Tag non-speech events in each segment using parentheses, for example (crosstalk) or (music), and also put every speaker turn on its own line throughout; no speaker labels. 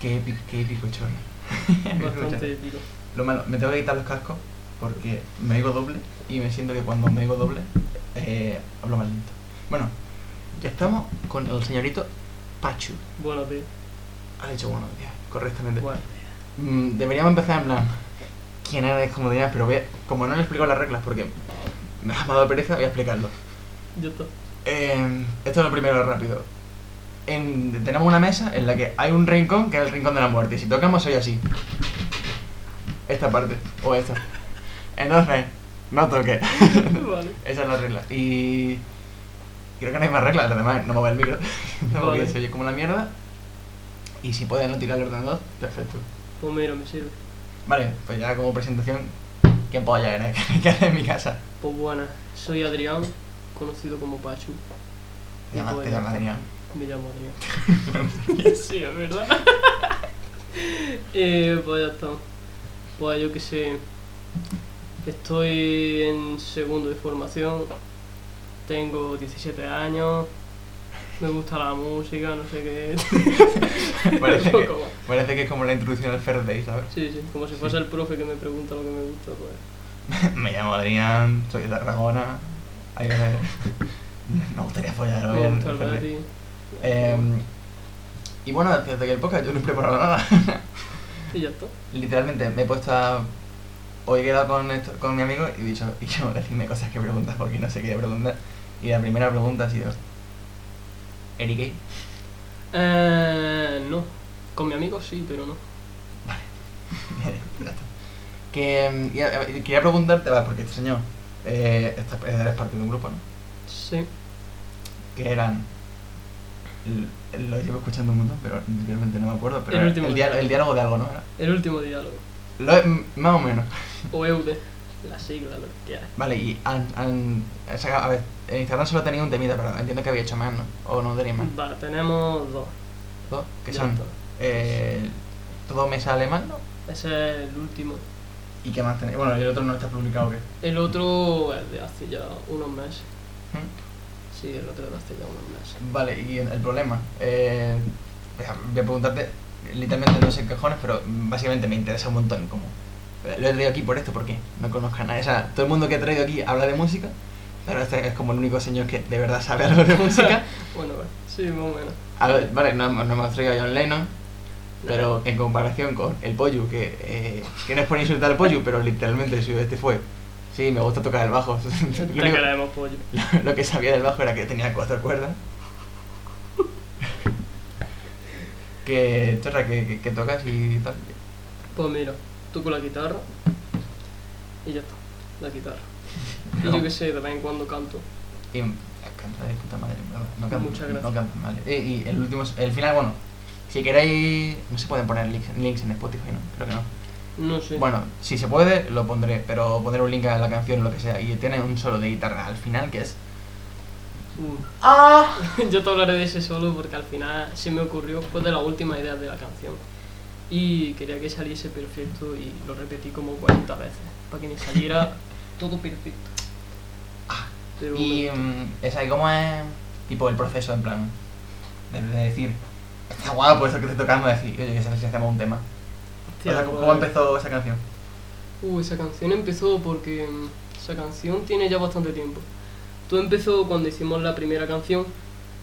Qué épico, qué épico, chaval.
Bastante épico.
Lo malo, me tengo que quitar los cascos porque me oigo doble y me siento que cuando me oigo doble eh, hablo más lento. Bueno, ya estamos con el señorito Pachu.
Bueno, tío.
Ha dicho buenos días, correctamente.
Bueno.
Mm, deberíamos empezar en plan, ¿quién eres como dirás? Pero voy a- como no le explico las reglas porque me ha dado pereza, voy a explicarlo.
Yo
(laughs)
to-
Eh, esto es lo primero rápido. En- tenemos una mesa en la que hay un rincón que es el rincón de la muerte. Y si tocamos soy así. Esta parte. O esta. Entonces, no toque. (laughs)
vale.
Esa es la regla. Y. Creo que no hay más reglas, además, no mover el micro. (laughs) No, porque
Vale.
se oye como la mierda. Y si pueden no tirar el ordenador, perfecto.
Pues mira, me sirve.
Vale, pues ya como presentación, ¿quién polla eres? (laughs) Que eres en mi casa.
Pues buena, soy Adrián, conocido como Pachu.
Te llamas, te
Bueno.
llamas Adrián.
Me llamo
(laughs)
Adrián. sí, es verdad. eh, pues ya está. Pues yo que sé. Estoy en segundo de formación. Tengo 17 años. Me gusta la música, no sé qué.
(laughs)
(laughs)
Parece que,
Poco más.
parece que es como la introducción al Fair Day, ¿sabes?
Sí, sí, como si fuese el profe que me pregunta lo que me gusta, pues.
Me llamo Adrián, soy de Tarragona. Hay veces- Me gustaría follar hoy.
Me
en-
gusta el
en-
Betty.
Em, y bueno, desde que el podcast yo no he preparado nada. (laughs)
Y ya está.
Literalmente me he puesto a... Hoy he quedado con, esto- con mi amigo y he dicho, y yo decirme cosas que preguntas porque no sé qué preguntar. Y la primera pregunta ha sido... ¿Eri gay?
Eh, no. Con mi amigo sí, pero no.
(laughs) Ya está. que, em, y a- a- y quería preguntarte, va, porque este señor eh, está- eres parte de un grupo, ¿no?
Sí.
que eran l- lo llevo escuchando un montón pero realmente no me acuerdo pero
El
era
último
el,
día.
diálogo, el diálogo de algo no Era-
El último diálogo.
lo- m- más o menos
O EUD. La sigla, lo que quieras.
vale y han, han han sacado- a ver en Instagram solo tenía un temita pero entiendo que había hecho más no o no tenía más
Vale, tenemos dos.
dos que
Ya
son
está.
eh, todo me sale mal ¿no?
Ese es el último.
y qué más tenéis bueno el otro no está publicado que
El otro es de hace ya unos meses. ¿Mm? Sí, el otro es de hace ya unos meses.
vale y el, el problema eh, voy a- voy a preguntarte literalmente no sé qué cojones pero mm, básicamente me interesa un montón como lo he traído aquí por esto porque no conozco a nadie. O sea, todo el mundo que he traído aquí habla de música, pero este es como el único señor que de verdad sabe algo de
(laughs)
música.
Bueno, bueno, sí, más o menos.
A ver, vale, no, hemos- no hemos traído a John Lennon, pero en comparación con el Pollo, que, eh, que no es por insultar al Pollo, pero literalmente su este fue, sí, me gusta tocar el bajo. (laughs)
Te
lo, único-
queremos pollo.
lo que sabía del bajo era que tenía cuatro cuerdas. que, chorra, que, que- que tocas y tal.
Pues mira, tú con la guitarra y ya está. La guitarra.
No.
Y yo que sé, de vez en cuando canto.
Y canta de puta madre, en verdad. no canta,
Muchas gracias.
No canta mal. Y, y el último, es- el final, bueno, si queréis, no se pueden poner links, links en Spotify, ¿no? Creo que no.
No sé.
Bueno, si se puede, lo pondré, pero pondré un link a la canción o lo que sea. Y tiene un solo de guitarra al final que es.
Uh. (laughs) Yo te hablaré de ese solo porque al final se me ocurrió fue de la última idea de la canción. Y quería que saliese perfecto y lo repetí como 40 veces. Para que me saliera (laughs) todo perfecto. eh, Pero
Y
me-
mm, es ahí como es, tipo, el proceso, en plan, de, de decir, está guapo eso que estoy tocando, decir, oye, que si hacemos un tema.
hostia,
o sea, ¿cómo
pues-
empezó esa canción?
Uh, esa canción empezó porque mm, esa canción tiene ya bastante tiempo. Todo empezó cuando hicimos la primera canción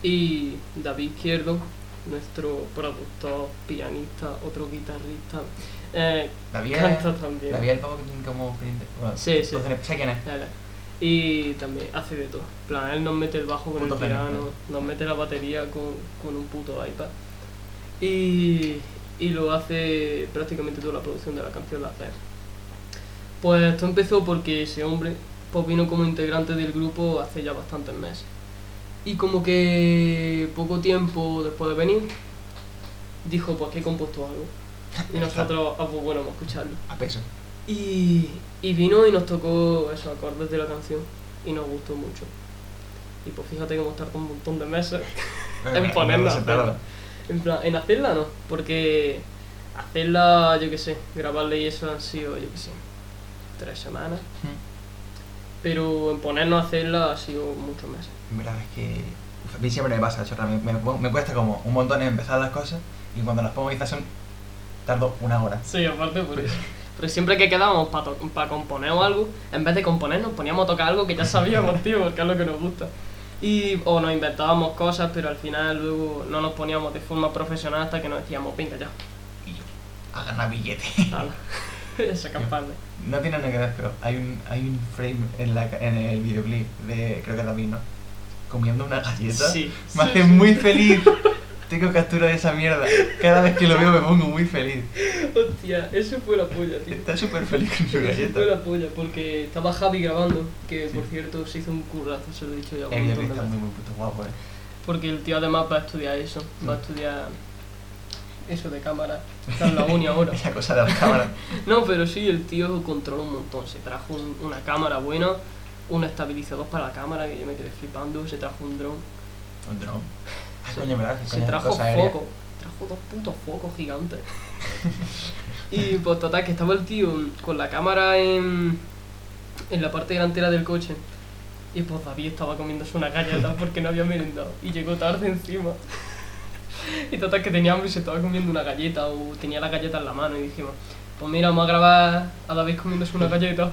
y David Izquierdo, nuestro productor, pianista, otro guitarrista, eh,
David,
canta también.
David el pavo que tiene como. Bueno,
Sí, sí.
entonces, sé quién es.
Dale. Y también hace de todo. En plan, él nos mete el bajo con
Puto
el
genio,
piano,
claro.
nos mete la batería con, con un puto iPad. Y, y lo hace prácticamente toda la producción de la canción la hace. él. Pues esto empezó porque ese hombre pues vino como integrante del grupo hace ya bastantes meses. Y como que poco tiempo después de venir, dijo pues que he compuesto algo.
(laughs)
Y nosotros, ah, pues bueno, vamos a escucharlo.
A peso.
Y, y vino y nos tocó esos acordes de la canción y nos gustó mucho. Y pues fíjate que hemos tardado un montón de meses en ponerla.
Se
en
tarda.
plan- En, plan, en hacerla no, porque hacerla, yo qué sé, grabarla y eso han sido, yo qué sé, tres semanas.
Mm.
Pero en ponernos a hacerla ha sido muchos meses.
En verdad es que uf, a mí siempre me pasa, chorra, me, me- me cuesta como un montón empezar las cosas y cuando las pongo quizás son Tardó una hora.
Sí, aparte por eso. (laughs) Pero siempre que quedábamos para componer o algo, en vez de componer nos poníamos a tocar algo que ya sabíamos, tío, porque es lo que nos gusta. Y, o nos inventábamos cosas, pero al final luego no nos poníamos de forma profesional hasta que nos decíamos, venga ya,
Y yo, a ganar billete.
tal. (laughs) Esa campana.
No tiene nada que ver, pero hay un, hay un frame en, la, ca- en el videoclip de, creo que David, ¿no? Comiendo una galleta.
Sí,
Me
sí,
hace
sí.
muy
(laughs)
feliz. Tengo captura de esa mierda. Cada vez que lo veo me pongo muy feliz.
Hostia, eso fue la polla, tío.
Está súper feliz con su
Eso
galleta.
fue la polla, porque estaba Javi grabando, que
Sí.
por cierto se hizo un currazo, se lo he dicho ya
El
un montón
videoclip
de
está
veces.
muy, muy puto guapo, eh.
Porque el tío además va a estudiar eso, va
Mm.
a estudiar eso de cámara. Está en la uni ahora.
Esa cosa de
(laughs)
la cámara.
No, pero sí, el tío controla un montón. Se trajo un- una cámara buena, un estabilizador para la cámara, que yo me quedé flipando. Se trajo un dron,
Un dron. Ah, coño, ¿verdad? Que
se
coño,
trajo
cosa aérea.
foco, trajo dos putos focos gigantes. y pues total, que estaba el tío con la cámara en, en la parte delantera del coche. Y pues David estaba comiéndose una galleta porque no había merendado. Y llegó tarde encima. y total que tenía hambre y se estaba comiendo una galleta o tenía la galleta en la mano y dijimos, pues mira, vamos a grabar a David comiéndose una galleta.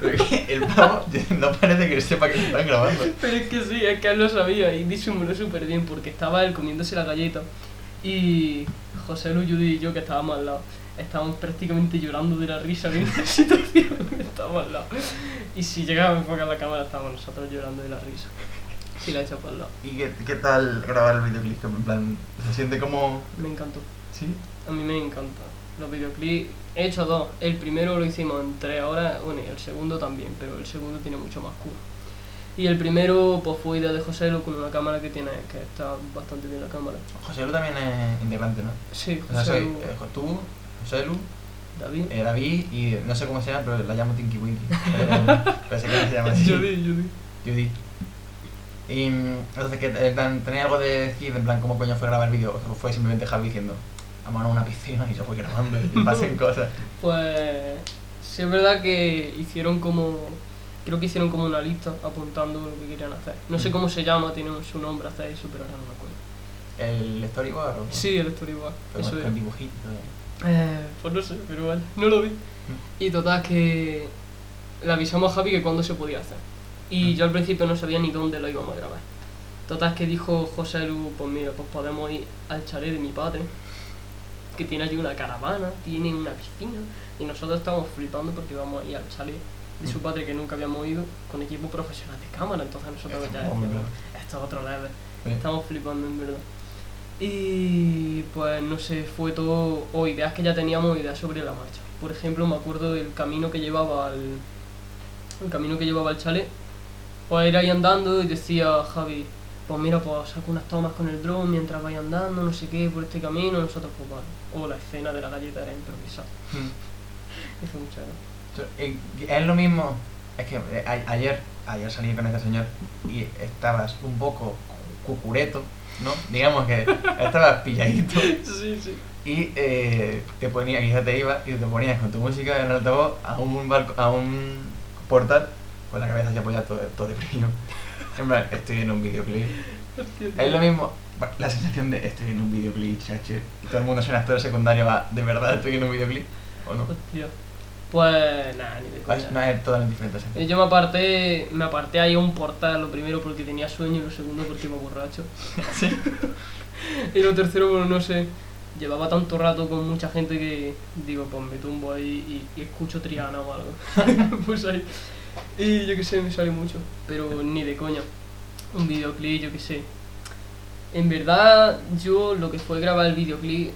Pero que (laughs) el pavo (laughs) no parece que sepa que lo están grabando.
Pero es que sí, es que él lo sabía y disimuló súper bien porque estaba él comiéndose la galleta y José Lu, Judy y yo que estábamos al lado, estábamos prácticamente llorando de la risa viendo la (laughs) situación, estábamos al lado. Y si llegaba a enfocar la cámara estábamos nosotros llorando de la risa. Y la he echado para el lado.
¿Y qué, qué tal grabar el videoclip? En plan, se siente como...
Me encantó.
¿Sí?
A mí me encanta. Los videoclips, he hecho dos. El primero lo hicimos en tres horas, bueno, y el segundo también, pero el segundo tiene mucho más culo. Y el primero, pues fue idea de José Lu con una cámara que tiene, que está bastante bien la cámara.
José Lu también es integrante, ¿no?
Sí,
O sea,
José
soy
Lu,
eh, tú, José Lu,
David. (laughs)
eh, David y no sé cómo se llama, pero la llamo Tinky Winky. Pero, pero sé que no se llama así.
Judy, Judy.
Judy. Y mm, entonces, que eh, en plan, ¿tenía algo de decir? En plan, ¿cómo coño fue grabar el vídeo? O pues fue simplemente Javi diciendo, vamos a una piscina y yo fui grabando y
(laughs)
pasen cosas.
Pues sí es verdad que hicieron como creo que hicieron como una lista apuntando lo que querían hacer. No sé
Mm.
cómo se llama, tiene su nombre hacer eso, pero ahora no me acuerdo.
¿El storyboard? o-
Sí, el storyboard,
Pero
eso
con
era.
el dibujito. eh.
Eh, pues no sé, pero vale, no
Mm.
lo vi. Y total que le avisamos a Javi que cuándo se podía hacer. Y
Mm.
yo al principio no sabía ni dónde lo íbamos a grabar. Total que dijo José Lu, pues mira, pues podemos ir al chalet de mi padre, que tiene allí una caravana, tiene una piscina, y nosotros estábamos flipando porque íbamos a ir al chalet de su
Mm.
padre que nunca habíamos ido con equipo profesional de cámara, entonces nosotros
Esto
ya
es un
decíamos,
bombo.
esto es otro level.
Sí.
Estamos flipando en verdad. Y pues no sé, fue todo, o ideas que ya teníamos, ideas sobre la marcha. Por ejemplo, me acuerdo del camino que llevaba al. El camino que llevaba al chalet. Pues era ahí andando y decía Javi, pues mira, pues saco unas tomas con el dron mientras vais andando, no sé qué, por este camino, nosotros pues vale. O la escena de la galleta era improvisada. (laughs)
Mm.
Hizo mucha gracia.
Eh, Es lo mismo. Es que eh, a- ayer, ayer salí con este señor y estabas un poco cucureto, ¿no? Digamos que estabas pilladito
Sí, sí.
y eh, te ponía, quizás te ibas y te ponías con tu música en el altavoz a un balco, a un portal con la cabeza así apoyada todo, todo deprimido. En plan, estoy en un videoclip.
Hostia, tío.
Es lo mismo. bueno, La sensación de estoy en un videoclip, chacho. y Todo el mundo es un actor secundario, va, ¿de verdad estoy en un videoclip? ¿O no?
Hostia. Pues nada, ni de coña.
Es- No es totalmente diferente.
Eh,
sensación.
Yo me aparté, me aparté ahí a un portal, lo primero porque tenía sueño y lo segundo porque iba borracho.
Sí.
Y lo tercero, bueno, no sé, llevaba tanto rato con mucha gente que digo, pues me tumbo ahí y, y escucho Triana o algo. (laughs) pues ahí. Y yo qué sé, me sale mucho, pero ni de coña. Un videoclip, yo qué sé. En verdad, yo lo que fue grabar el videoclip,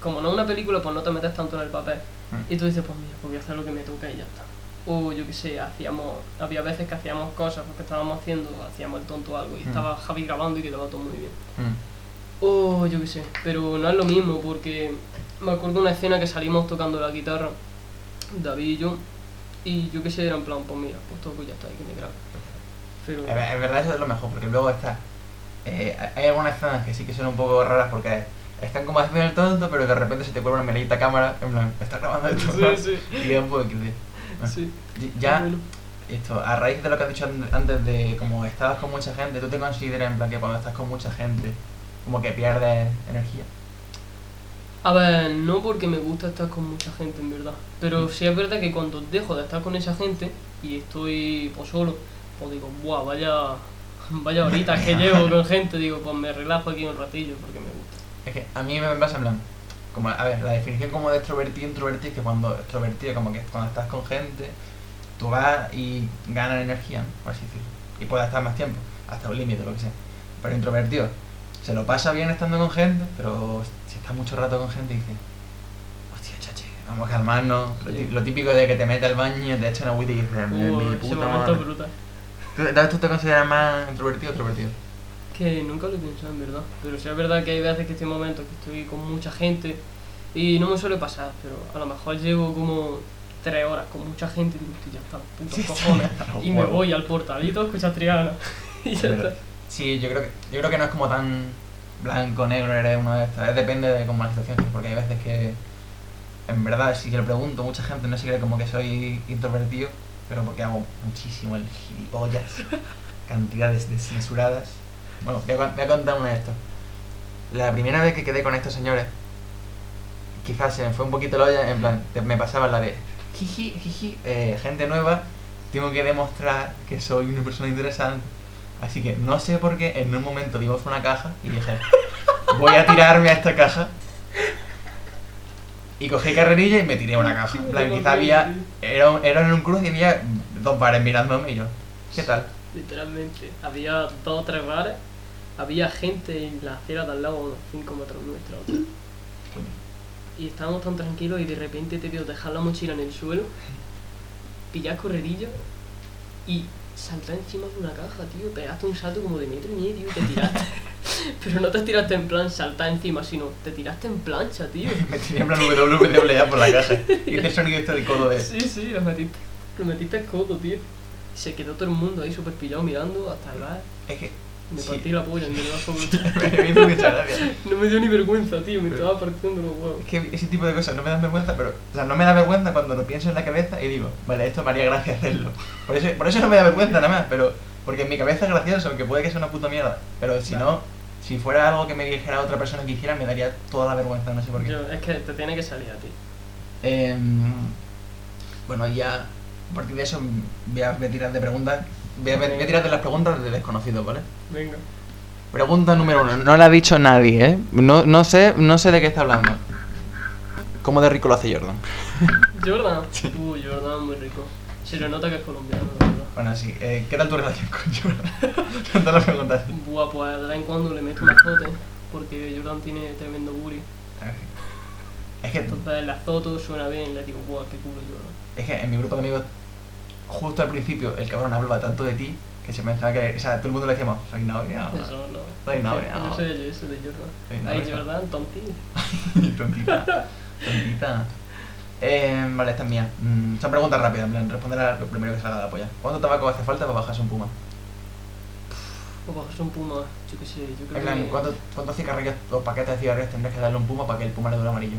como no es una película, pues no te metes tanto en el papel.
Mm.
Y tú dices, pues mira, pues voy a hacer lo que me toca y ya está. O yo qué sé, hacíamos, había veces que hacíamos cosas porque estábamos haciendo, hacíamos el tonto o algo y
Mm.
estaba Javi grabando y quedaba todo muy bien.
Mm.
O yo qué sé, pero no es lo mismo porque me acuerdo una escena que salimos tocando la guitarra, David y yo, y yo qué sé, era en plan, pues mira, pues toco y ya está, y que me grabe. Pero...
Es ver- es verdad, eso es lo mejor, porque luego está. eh, hay algunas escenas que sí que son un poco raras porque están como haciendo el tonto, pero de repente se te cuelga una meladita cámara, en plan, está grabando esto. ¿no?
Sí, sí,
Y es un poco creepy.
sí.
Y Ya,
Bueno,
esto, a raíz de lo que has dicho an- antes de como estabas con mucha gente, ¿tú te consideras en plan que cuando estás con mucha gente, como que pierdes energía?
A ver, no porque me gusta estar con mucha gente, en verdad. Pero sí es verdad que cuando dejo de estar con esa gente y estoy pues solo, pues digo, buah, vaya, vaya horitas que llevo con gente, digo, pues me relajo aquí un ratillo porque me gusta.
Es que a mí me pasa en plan, como, a ver, la definición como de extrovertido introvertido es que cuando extrovertido, como que cuando estás con gente, tú vas y ganas energía, ¿no? por así decirlo, y puedes estar más tiempo, hasta un límite, lo que sea. Pero introvertido, se lo pasa bien estando con gente, pero si estás mucho rato con gente, dices, hostia, chache, vamos a calmarnos. Lo tí-
Sí.
Lo típico de que te metes al baño, te echan agüita y dices, "Mi- mi
Uh, ese
puta
momento
madre".
brutal.
¿Tú, entonces, ¿Tú te consideras más introvertido o extrovertido?
Que nunca lo he pensado, en verdad. Pero sí es verdad que hay veces que estoy en momentos que estoy con mucha gente y no me suele pasar, pero a lo mejor llevo como tres horas con mucha gente y digo, "Hostia, ya está, putos
Sí, sí,
cojones.
a los
y me
huevos.
voy al portalito a escuchar Triana. (laughs) y ya
Pero-
está.
Sí, yo creo que yo creo que no es como tan blanco negro eres uno de estos. Es depende de como la situación, porque hay veces que en verdad si le pregunto mucha gente no se cree como que soy introvertido, pero porque hago muchísimo el
(laughs)
gilipollas, cantidades descensuradas. Bueno, voy a, con- voy a contar una de estas. La primera vez que quedé con estos señores, quizás se me fue un poquito la olla, en plan, te- me pasaba la de jiji, jiji, eh, gente nueva, tengo que demostrar que soy una persona interesante. Así que no sé por qué en un momento dimos una caja y dije, voy a tirarme a esta caja. Y cogí carrerilla y me tiré a una caja. En plan, quizá había, era, un- era en un cruce y había dos bares mirándome y yo, ¿qué tal? (laughs)
Literalmente, había dos o tres bares, había gente en la acera de al lado, a unos 5 metros nuestra. o sea. Y estábamos tan tranquilos y de repente te veo dejar la mochila en el suelo, pillar corredillo y saltar encima de una caja, tío. Pegaste un salto como de metro y medio y te tiraste. Pero no te tiraste en plan saltar encima, sino te tiraste en plancha, tío.
Me tiré en plan WWA por la caja. Y el sonido este del codo de...
Sí, sí, lo metiste. Lo metiste al codo, tío. Se quedó todo el mundo ahí súper pillado mirando hasta el bar.
Es que...
Me
Sí.
partí la polla, en verdad
(laughs)
fue brutal.
me hizo mucha gracia.
No me dio ni vergüenza, tío, me estaba partiendo los huevos.
Es que ese tipo de cosas no me dan vergüenza, pero... O sea, no me da vergüenza cuando lo pienso en la cabeza y digo, vale, esto me haría gracia hacerlo. Por eso, por eso no me da vergüenza nada más, pero... Porque en mi cabeza es gracioso, aunque puede que sea una puta mierda. Pero si no, si fuera algo que me dijera otra persona que hiciera, me daría toda la vergüenza, no sé por qué.
Yo- es que te tiene que salir a ti.
Em, bueno, ya a partir de eso voy a, voy a tirar de preguntas. Voy a, voy a tirar de las preguntas de desconocidos, ¿vale?
Venga.
Pregunta número uno. No la ha dicho nadie, ¿eh? No, no, sé, no sé de qué está hablando. ¿Cómo de rico lo hace Jordan?
Jordan. Uh, Jordan, muy rico. Se le nota que es colombiano, la verdad.
Bueno, sí. eh, ¿Qué tal tu relación con Jordan? (laughs) Tanto la pregunta.
Buah, pues de vez en cuando le meto un azote, porque Jordan tiene tremendo booty.
Es que,
Entonces el azote suena bien, le digo, buah, qué culo Jordan.
es que en mi grupo de amigos, justo al principio, el cabrón hablaba tanto de ti que se pensaba que... O sea, todo el mundo le decíamos, soy novia. (laughs)
Eso no.
Ay, no,
Yo-
no.
Yo soy el eso de Jordan.
Ay, no,
Ay,
no.
Jordan, tontín.
tontita. Tontita. Eh, vale, esta es mía. Mm, son preguntas rápidas, en plan, responder a lo primero que salga de la polla. ¿Cuánto tabaco hace falta para bajarse un puma?
O bajas un puma, yo qué sé, yo
En
creo
plan,
que...
¿cuántos, cuántos cigarrillos o paquetes de cigarrillos tendrás que darle a un puma para que el puma le dure amarillo?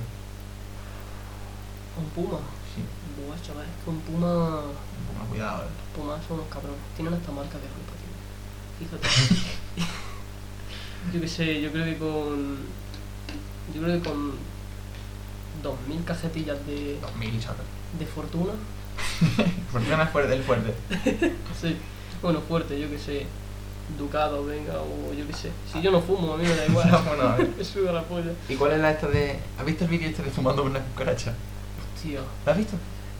Un puma.
Sí,
Buah, chaval, es que un puma...
un puma, cuidado. eh.
Pumas son unos cabrones. Tienen hasta marca de ropa, tío. Fíjate. yo qué sé, yo creo que con. Yo creo que con. 2000 cajetillas de,
2000 chaval.
de fortuna.
Funciona fuerte, el fuerte.
Sí. Bueno, fuerte, yo qué sé. Ducado, venga, o yo qué sé. Si yo no fumo, a mí me da igual.
(laughs) No, (laughs) bueno, a ver.
me suda la polla.
¿Y cuál es la esta de...? ¿Has visto el vídeo este de fumando una cucaracha?
Tío,
¿Lo has visto?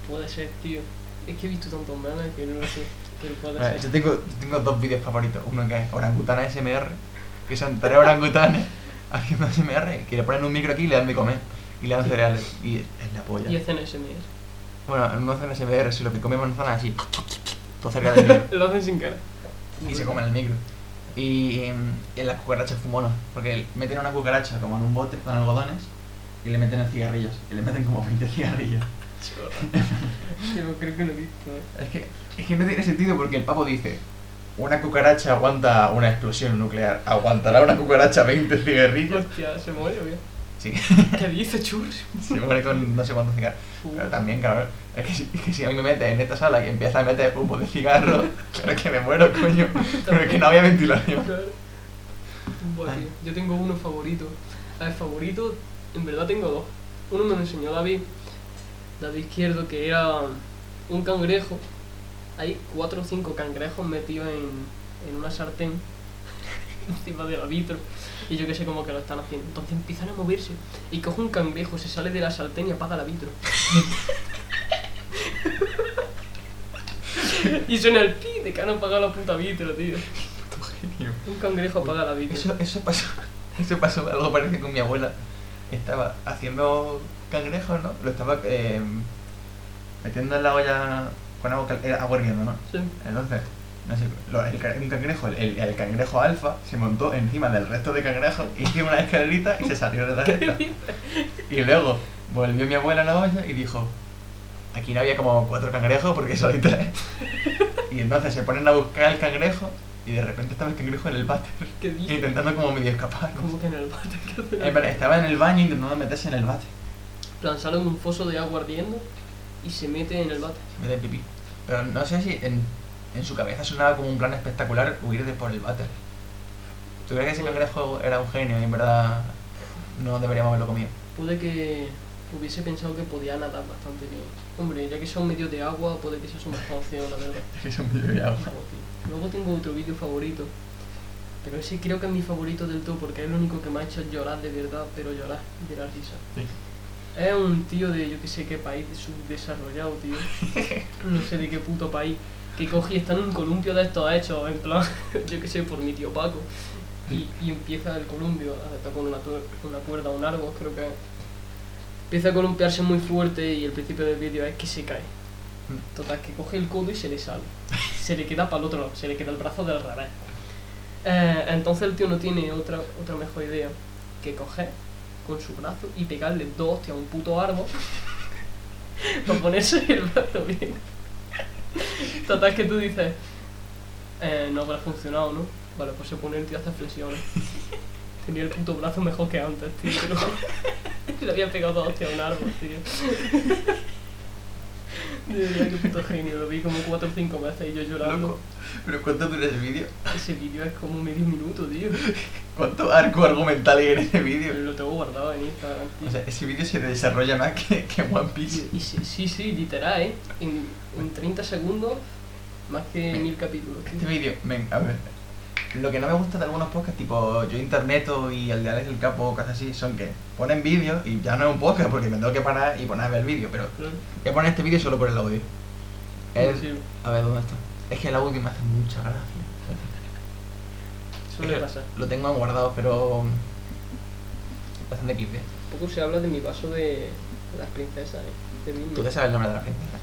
puede ser, tío. Es que he visto tantos memes que no lo sé. Pero puede
A ver, yo
ser.
tengo, yo tengo dos vídeos favoritos. Uno que es orangutana SMR, que son tres orangutanes (laughs) haciendo SMR, que le ponen un micro aquí y le dan de comer. Y le dan cereales. Y es la polla.
Y hacen SMR.
Bueno, no hacen SMR, sino que comen manzanas así. Todo cerca del micro.
Lo hacen sin cara.
y se comen el micro. Y, em, y las cucarachas fumonas. Porque meten una cucaracha como en un bote con algodones y le meten en cigarrillos. Y le meten como 20 cigarrillos.
Yo creo que lo he visto, eh.
Es que, es que no tiene sentido porque el papo dice, una cucaracha aguanta una explosión nuclear, aguantará una cucaracha 20 cigarrillos.
Hostia, se muere, ¿o
Sí, (laughs)
qué? ¿Qué dice, churros?
se muere con no sé cuántos cigarros. Pero también, claro, es que, si, es que si a mí me metes en esta sala y empiezas a meter humo de cigarro, (laughs) claro que me muero, coño. Pero es que no había
(laughs)
ventilación.
Claro. Buah, tío, Yo tengo uno favorito. A ver, favorito, en verdad tengo dos. Uno me lo enseñó David, David Izquierdo, que era un cangrejo. Hay cuatro o cinco cangrejos metidos en, en una sartén (laughs) encima del vitro. Y yo que sé cómo que lo están haciendo. Entonces empiezan a moverse. Y coge un cangrejo, se sale de la sartén y apaga la vitro. (laughs) y suena el pi de que han apagado la puta vitro, tío.
Puto genio.
Un cangrejo apaga la vitro.
Eso, eso pasó. (laughs) Eso pasó algo parece con mi abuela. Estaba haciendo cangrejos, ¿no? Lo estaba eh, metiendo en la olla con agua, cal- eh, agua hirviendo, ¿no?
Sí.
Entonces, no sé, lo- el ca- un cangrejo, el, el- el cangrejo alfa, se montó encima del resto de cangrejos, (laughs) hizo una escalerita y se salió de la cesta. Y luego volvió mi abuela a la olla y dijo, aquí no había como cuatro cangrejos porque solo hay tres. Y entonces se ponen a buscar el cangrejo y de repente estaba el cangrejo en el váter,
¿Qué dices?
intentando como medio escapar.
Como que en el váter, ¿qué hace?
Eh, pero Estaba en el baño intentando meterse en el váter.
Lanzaron un foso de agua ardiendo y se mete en el váter.
Me da el pipí. Pero no sé si en, en su cabeza sonaba como un plan espectacular huir de por el váter. ¿Tú crees que ese cangrejo era un genio y en verdad no deberíamos haberlo comido?
Pude que hubiese pensado que podía nadar bastante bien. Hombre, ya que son medios de agua, puede que sea su mejor opción, la verdad.
(laughs) Eso me dio agua.
Luego tengo otro vídeo favorito. Pero ese creo que es mi favorito del todo porque es el único que me ha hecho llorar de verdad, pero llorar, de la risa.
Sí.
Es un tío de yo que sé qué país subdesarrollado, tío. No sé de qué puto país. Que coge y está en un columpio de estos hechos, en plan, (laughs) yo que sé, por mi tío Paco. Y, y empieza el columpio, está con una, tuer- una cuerda, un árbol, creo que es. Empieza a columpiarse muy fuerte y el principio del vídeo es que se cae. Total, que coge el codo y se le sale. Se le queda para el otro lado, se le queda el brazo del revés. Eh, entonces el tío no tiene otra, otra mejor idea que coger con su brazo y pegarle dos hostias a un puto árbol (laughs) para ponerse el brazo bien. Total, que tú dices, eh, no habrá funcionado, ¿no? Vale, pues se pone el tío a hacer flexiones. Tenía el puto brazo mejor que antes, tío, pero (laughs) le había pegado dos hostias a un árbol, tío. De verdad, qué puto genio, lo vi como cuatro o cinco veces y yo llorando.
Loco. Pero ¿cuánto dura ese vídeo?
Ese vídeo es como medio minuto, tío.
¿Cuánto arco argumental hay en ese
Pero
vídeo?
lo tengo guardado en Instagram, tío.
O sea, ese vídeo se desarrolla más que, que One Piece.
Y- y sí, sí, sí, literal, ¿eh? En, en 30 segundos, más que mil capítulos.
Este
tío.
vídeo, men, a ver. Lo que no me gusta de algunos podcasts, tipo Yo Interneto y el de Alex del Capo, cosas así, son que ponen vídeos y ya no es un podcast porque me tengo que parar y poner a ver el vídeo, pero
Claro.
voy a poner este vídeo solo por el audio. Es-
Sí,
A ver, ¿dónde está? Es que el audio me hace mucha gracia.
suele
Es que
pasar.
Lo tengo guardado, pero. Bastante clip. ¿eh?
Poco se habla de mi vaso de las princesas, ¿eh? De Disney.
¿Tú te sabes el nombre de la princesa?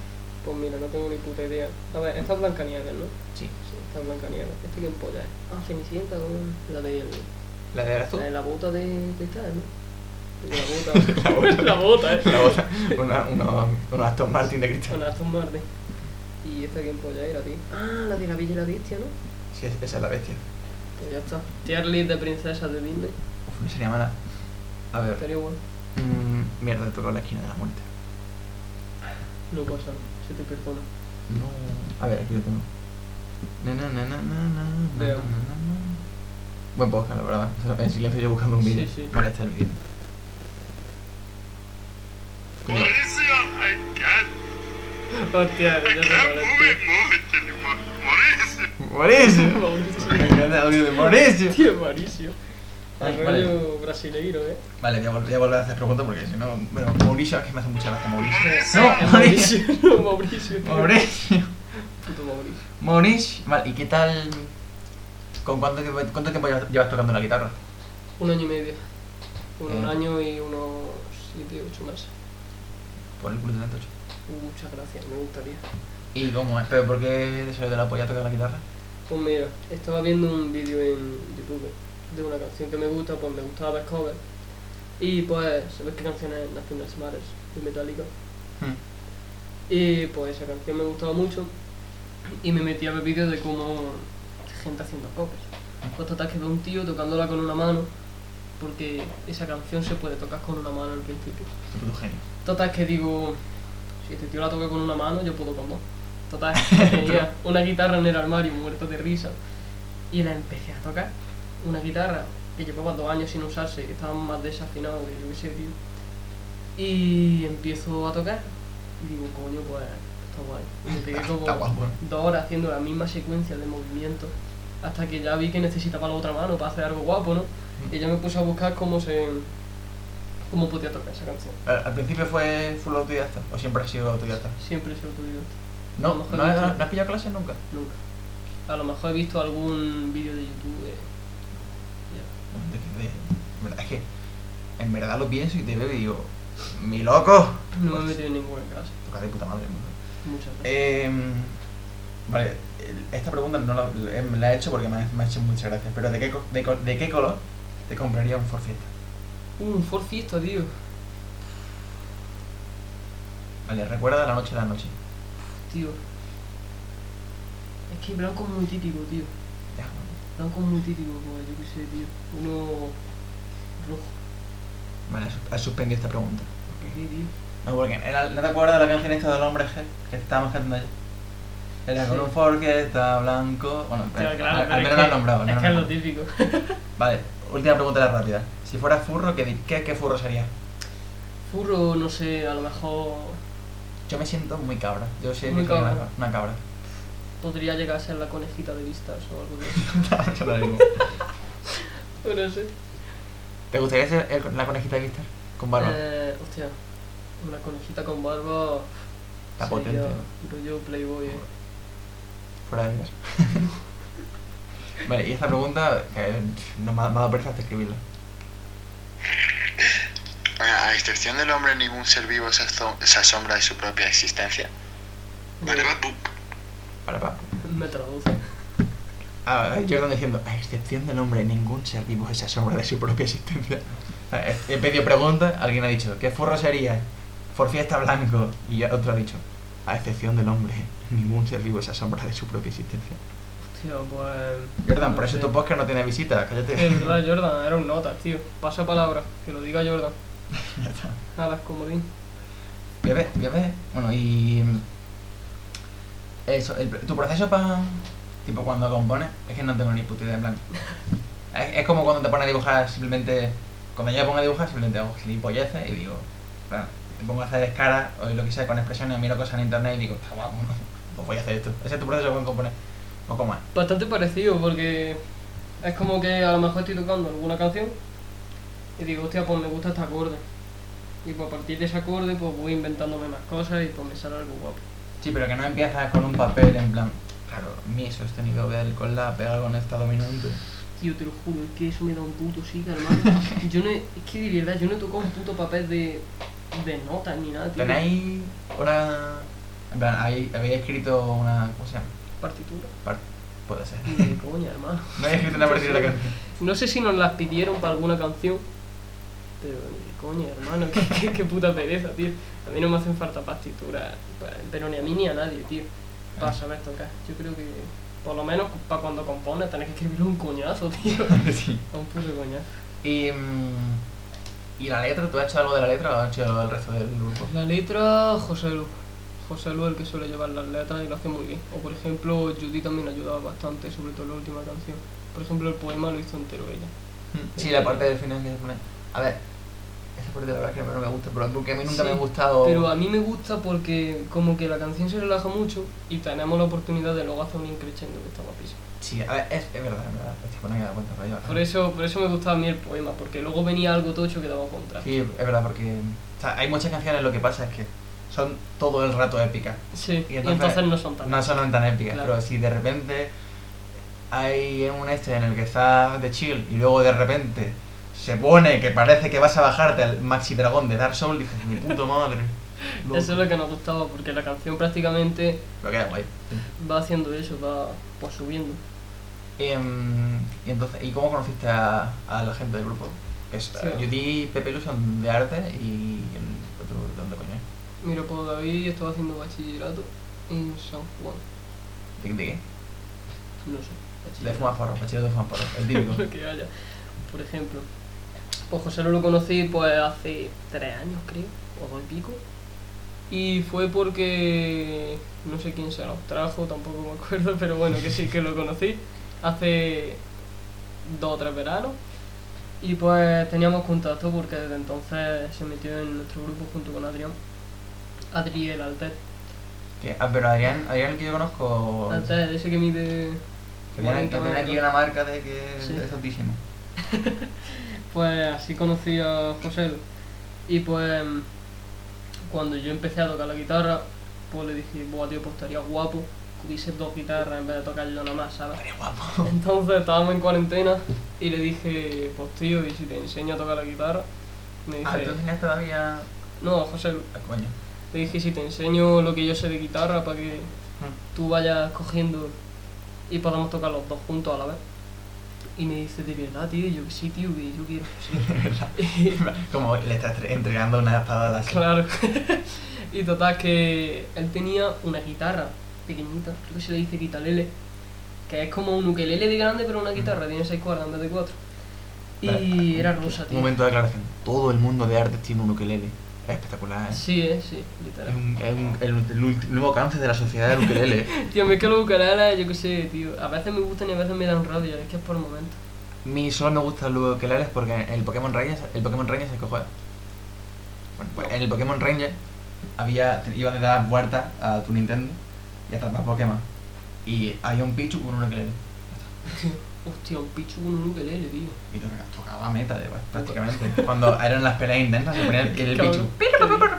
Pues mira, no tengo ni puta idea. A ver, esta es Blancanieves, ¿no?
Sí.
Sí, esta es Blancanieves. Este que empolla es. Ah, Cenicienta, ¿cómo? La de,
¿La de Eras tú? (laughs)
la de la bota de cristal, ¿no? De (laughs) la bota.
(laughs) La
bota, ¿eh?
La otra. Una, unos, unos Aston Martin de
Con
cristal.
Aston Martin. ¿Y este esta que empolla era, tío? Ah, la de la Bella y la Bestia, ¿no?
Sí, es- esa es la bestia.
Pues ya está. Tier list de princesas de Disney.
Uf, no sería mala. A ver.
Estaría bueno.
mm, mierda, he tocado la esquina de la muerte.
No pasa, se te perdona.
No. A ver, aquí lo tengo. Na, na, na, na, na, na, na,
Veo.
na, na, na. Buen podcast, la verdad. O sea, En silencio yo buscando un
Sí,
vídeo.
sí.
Vale, está el vídeo. Coño.
Mauricio, I can't,
(laughs) Hostia,
I can't move it, move it anymore. Mauricio,
Mauricio. Me encanta el audio de Mauricio.
(laughs) Tío, Mauricio.
Ay,
El
vale.
rollo brasileiro, eh.
Vale, voy a, vol- voy a volver a hacer preguntas porque si no. Bueno, Mauricio, es que me hace mucha gracia Mauricio.
(laughs) Eh, Mauricio, no, Mauricio. tío.
Mauricio.
Puto Mauricio.
Mauricio. Vale, ¿y qué tal? ¿Con cuánto, tiempo- cuánto tiempo llevas llevas tocando la guitarra?
Un año y medio. Un,
Eh.
año y unos 7, 8 meses.
Por el culo de tanto ocho.
Muchas gracias, me gustaría.
¿Y cómo es? ¿Pero por qué te salió de la polla tocar la guitarra?
Pues mira, estaba viendo un vídeo en YouTube de una canción que me gusta, pues me gustaba ver covers. Y pues, ¿sabes qué canción es Nothing Else Matters? De Metallica.
Hmm.
Y pues esa canción me gustaba mucho y me metí a ver vídeos de cómo gente haciendo covers. Pues total que veo un tío tocándola con una mano, porque esa canción se puede tocar con una mano al principio.
Tú, tu genio.
Total que digo, si este tío la toca con una mano, yo puedo con dos.
(laughs)
Total, tenía una guitarra en el armario muerto de risa y la empecé a tocar. Una guitarra que llevaba dos años sin usarse, que estaba más desafinado que yo qué sé, tío. Y empiezo a tocar. Y digo, coño, pues está guay. Y me
(laughs)
pegué
Está
como
guapo, ¿eh?
dos horas haciendo la misma secuencia de movimientos hasta que ya vi que necesitaba la otra mano para hacer algo guapo, ¿no?
Mm.
Y ya me puse a buscar cómo se cómo podía tocar esa canción.
Al al principio fue full autodidacta, o siempre has sido autodidacta.
Siempre he sido autodidacta,
No,
A lo
no,
mejor
has-
no.
no has pillado clases nunca.
nunca. A lo mejor he visto algún vídeo de YouTube. eh,
De- de- en verdad, es que en verdad lo pienso y te veo y digo, mi loco.
No me he
Pues,
metido en ninguna clase,
Toca de puta madre. ¿no?
muchas veces.
Eh, vale, el- esta pregunta no la, eh, me la he hecho porque me ha, me ha hecho muchas gracias. Pero ¿de qué, co- de, co- de qué color te compraría un Ford Fiesta?
Uh, un Ford Fiesta, tío.
Vale, recuerda la noche de la noche.
Tío. Es que blanco es muy típico, tío.
Ya,
Blanco es muy típico, pues, yo qué sé, tío. Uno rojo.
vale, has, has suspendido esta pregunta.
¿Qué, tío?
No, porque era- ¿no te acuerdas de la canción esta del hombre G que estábamos cantando ayer? Era con
Sí.
un Ford que está blanco. Bueno,
Tío,
pero-
claro,
al,
pero
al
es
menos lo has
que-
nombrado. al
Es
menos
que es
lo
lo
has nombrado.
típico. (laughs)
Vale, última pregunta era rápida. Si fuera furro, ¿qué, di- qué, qué furro sería?
Furro, no sé, a lo mejor
Yo me siento muy cabra. Yo soy
Muy
yo soy
cabra.
Una, una
(laughs)
cabra.
podría llegar a ser la conejita de vistas o algo de eso.
Yo lo digo.
O no sé.
¿Te gustaría ser el- la conejita de Víctor? Con barba.
Eh, hostia, una conejita con barba.
Está
sería
potente, ¿no?
Rollo Playboy, eh.
Fuera de ellas. (laughs) vale, y esta pregunta que no me ha, me ha dado pereza hasta escribirla.
A excepción del hombre, ningún ser vivo se, aso- se asombra de su propia existencia.
Vale, va, bu-
Para, para.
Me traduce.
Ah, Jordan diciendo, a excepción del hombre, ningún ser vivo se asombra de su propia existencia. (laughs) Ah, he- He pedido preguntas, alguien ha dicho, ¿qué furro sería? Por fiesta blanco. Y otro ha dicho, a excepción del hombre, ningún ser vivo se asombra de su propia existencia.
Hostia, pues.
Jordan,
no
por eso
sé.
tu podcast no tiene visita, cállate.
Es verdad, Jordan, era un nota, tío. Pasa palabra, que lo diga Jordan.
(laughs) Ya está.
Nada, es comodín.
Voy a ver, voy a ver. Bueno, y. mm, Eso, el- tu proceso para. Tipo, cuando compones, es que no tengo ni puta idea en plan. Es, es como cuando te pones a dibujar, simplemente. Cuando yo me pongo a dibujar, simplemente hago gilipolleces y digo. en plan, me pongo a hacer escaras o lo que sea con expresiones, miro cosas en internet y digo, está guapo, ¿no? (laughs) Pues voy a hacer esto. Ese es tu proceso con componer. O como es.
Bastante parecido, porque es como que a lo mejor estoy tocando alguna canción y digo, hostia, pues me gusta este acorde. Y pues a partir de ese acorde, pues voy inventándome más cosas y pues me sale algo guapo.
Sí, pero que no empiezas con un papel en plan. Claro, mi sostenido del con la pega con esta dominante.
Tío, te lo juro, es que eso me da un puto siga, hermano.
(laughs)
Yo no, he- es que de verdad, yo no he tocado un puto papel de, de notas ni nada, tío.
¿Tenéis una.? En plan, ¿hay- habéis escrito una. ¿Cómo se llama?
Partitura.
Par- Puede ser. (laughs)
Ni de coña, hermano.
No habéis escrito una partida de la canción.
No sé si nos las pidieron para alguna canción, pero ni de coña, hermano, (laughs) qué, qué- qué puta pereza, tío. A mí no me hacen falta partituras, pa- pero ni a mí ni a nadie, tío, para saber tocar. Yo creo que, por lo menos para cuando compones, tenés que escribir un coñazo, (laughs) tío.
(laughs) Sí.
Un puto coñazo.
Y. mm, ¿Y la letra? ¿Tú has hecho algo de la letra o has hecho el resto del grupo?
(laughs) La letra, José Lu. José Lu es el que suele llevar las letras y lo hace muy bien. O por ejemplo, Judy también ha ayudado bastante, sobre todo en la última canción. Por ejemplo, el poema lo hizo entero ella.
Sí, la parte del final que se pone. A ver, esa parte la verdad es que no me gusta, pero porque a mí nunca
Sí,
me ha gustado.
Pero a mí me gusta porque como que la canción se relaja mucho y tenemos la oportunidad de luego hacer un increchendo que está guapísimo.
Sí, a ver, es, es verdad, es verdad. Hostia, pues no me he dado cuenta, pero yo-
Por eso, por eso me gustaba a mí el poema, porque luego venía algo tocho que daba contra.
Sí, es verdad, porque. o sea, hay muchas canciones, lo que pasa es que son todo el rato épicas.
Sí,
Y
y
entonces-
entonces, no son tan...
no son tan épicas,
Claro.
pero si de repente hay un este en el que estás de chill y luego de repente se pone que parece que vas a bajarte al maxi dragón de Dark Souls, dices, mi puto
(laughs)
madre. loco".
Eso es lo que nos gustaba, porque la canción prácticamente
Pero queda guay.
va haciendo eso, va pues, subiendo.
Em, y entonces, ¿y cómo conociste a, a la gente del grupo? Es,
Sí.
Judy, Pepe Ilusion de arte y el otro, ¿de dónde coño es?
Mira, pues David estaba haciendo bachillerato en San Juan.
¿De, de qué?
No sé.
De
bachillerato.
Fumaforro, bachillerato de Fumaforro, el
(laughs)
típico.
lo que haya. Por ejemplo, pues José Lu lo conocí pues hace tres años, creo, o dos y pico. Y fue porque no sé quién se los trajo, tampoco me acuerdo, pero bueno, que sí que lo conocí hace dos o tres veranos. Y pues teníamos contacto porque desde entonces se metió en nuestro grupo junto con Adrián. Adri el Alter.
Que- ah, pero Adrián, Adrián el que yo conozco,
Alter, ese que mide.
que tiene, que tiene aquí una marca de que
Sí.
es altísimo.
Pues así conocí a José. Y pues cuando yo empecé a tocar la guitarra, pues le dije, buah tío, pues estaría guapo que hubiese dos guitarras en vez de tocar yo nada más,
(laughs)
¿sabes?
Estaría guapo.
Entonces estábamos en cuarentena y le dije, pues tío, ¿y si te enseño a tocar la guitarra? Me
Ah, tú
dice,
tienes todavía...
no, José,
Ah, coño.
le dije, si te enseño lo que yo sé de guitarra para que tú vayas cogiendo y podamos tocar los dos juntos a la vez. Y me dice, de verdad, tío, Y yo que sí, tío, que yo quiero. Sí.
Como le estás tre- entregando una espada a la
Claro. (laughs) y total que él tenía una guitarra pequeñita, creo que se le dice guitalele, que es como un ukelele de grande, pero una guitarra, tiene seis cuerdas en vez de cuatro. Y era rusa,
Un
tío.
momento de aclaración. Todo el mundo de artes tiene un ukelele. Es espectacular, ¿eh?
Sí, eh, sí,
Es,
literal.
un, es un- el, el ulti- nuevo cáncer de la sociedad del ukelele.
(laughs) Tío, me es que los ukeleles, yo qué sé, tío. A veces me gustan y a veces me dan rabia, es que es por el momento.
Mi solo me gustan los ukeleles porque el Pokémon Rangers, el Pokémon Rangers es el que juega. Bueno, pues en el Pokémon Ranger había, te ibas de dar vueltas a tu Nintendo y atrapar Pokémon. Y había un Pichu con un ukelele.
Hostia, un pichu con un ukelele, tío.
Y toca- tocaba meta, de- prácticamente. Cuando eran las peleas intensas se ponía el, el Pichu.
Cabrón.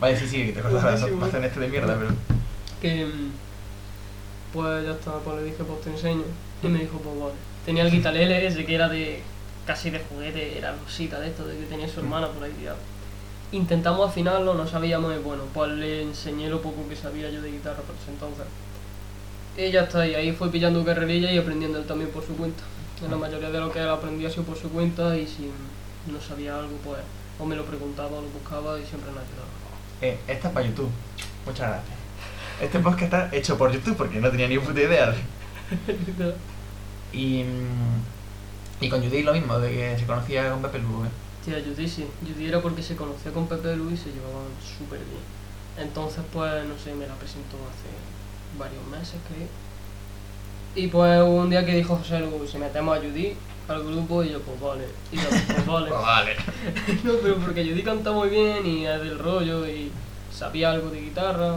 Vale, sí, sí, que te acordabas
Buenísimo.
hacen este de mierda, pero...
Que. mm, Pues ya estaba, pues le dije, pues te enseño. Y me dijo, pues vale. Tenía el guitalele ese que era de. casi de juguete, era rosita de esto, de que tenía su hermana por ahí tirado. Intentamos afinarlo, no sabíamos, y bueno, pues le enseñé lo poco que sabía yo de guitarra por ese entonces. Y ya está, y ahí fue pillando carrerilla y aprendiendo él también por su cuenta. En La mayoría de lo que él aprendía ha sido por su cuenta y si no sabía algo, pues o me lo preguntaba o lo buscaba y siempre me ayudaba.
Eh, esta es para YouTube. Muchas gracias. Este podcast está hecho por YouTube porque no tenía ni puta idea.
Literal.
Y, mm, y con Judy lo mismo, de que se conocía con Pepe Lugo. eh.
Tía, Judy sí. Judy era porque se conocía con Pepe Luis y se llevaban súper bien. Entonces, pues, no sé, me la presentó hace varios meses, creo. Y pues hubo un día que dijo José Lugo, si metemos a Judy al grupo, y yo, pues vale. Y yo,
(laughs)
pues vale. (laughs)
Oh, vale.
no, pero porque Judy canta muy bien y es del rollo y sabía algo de guitarra.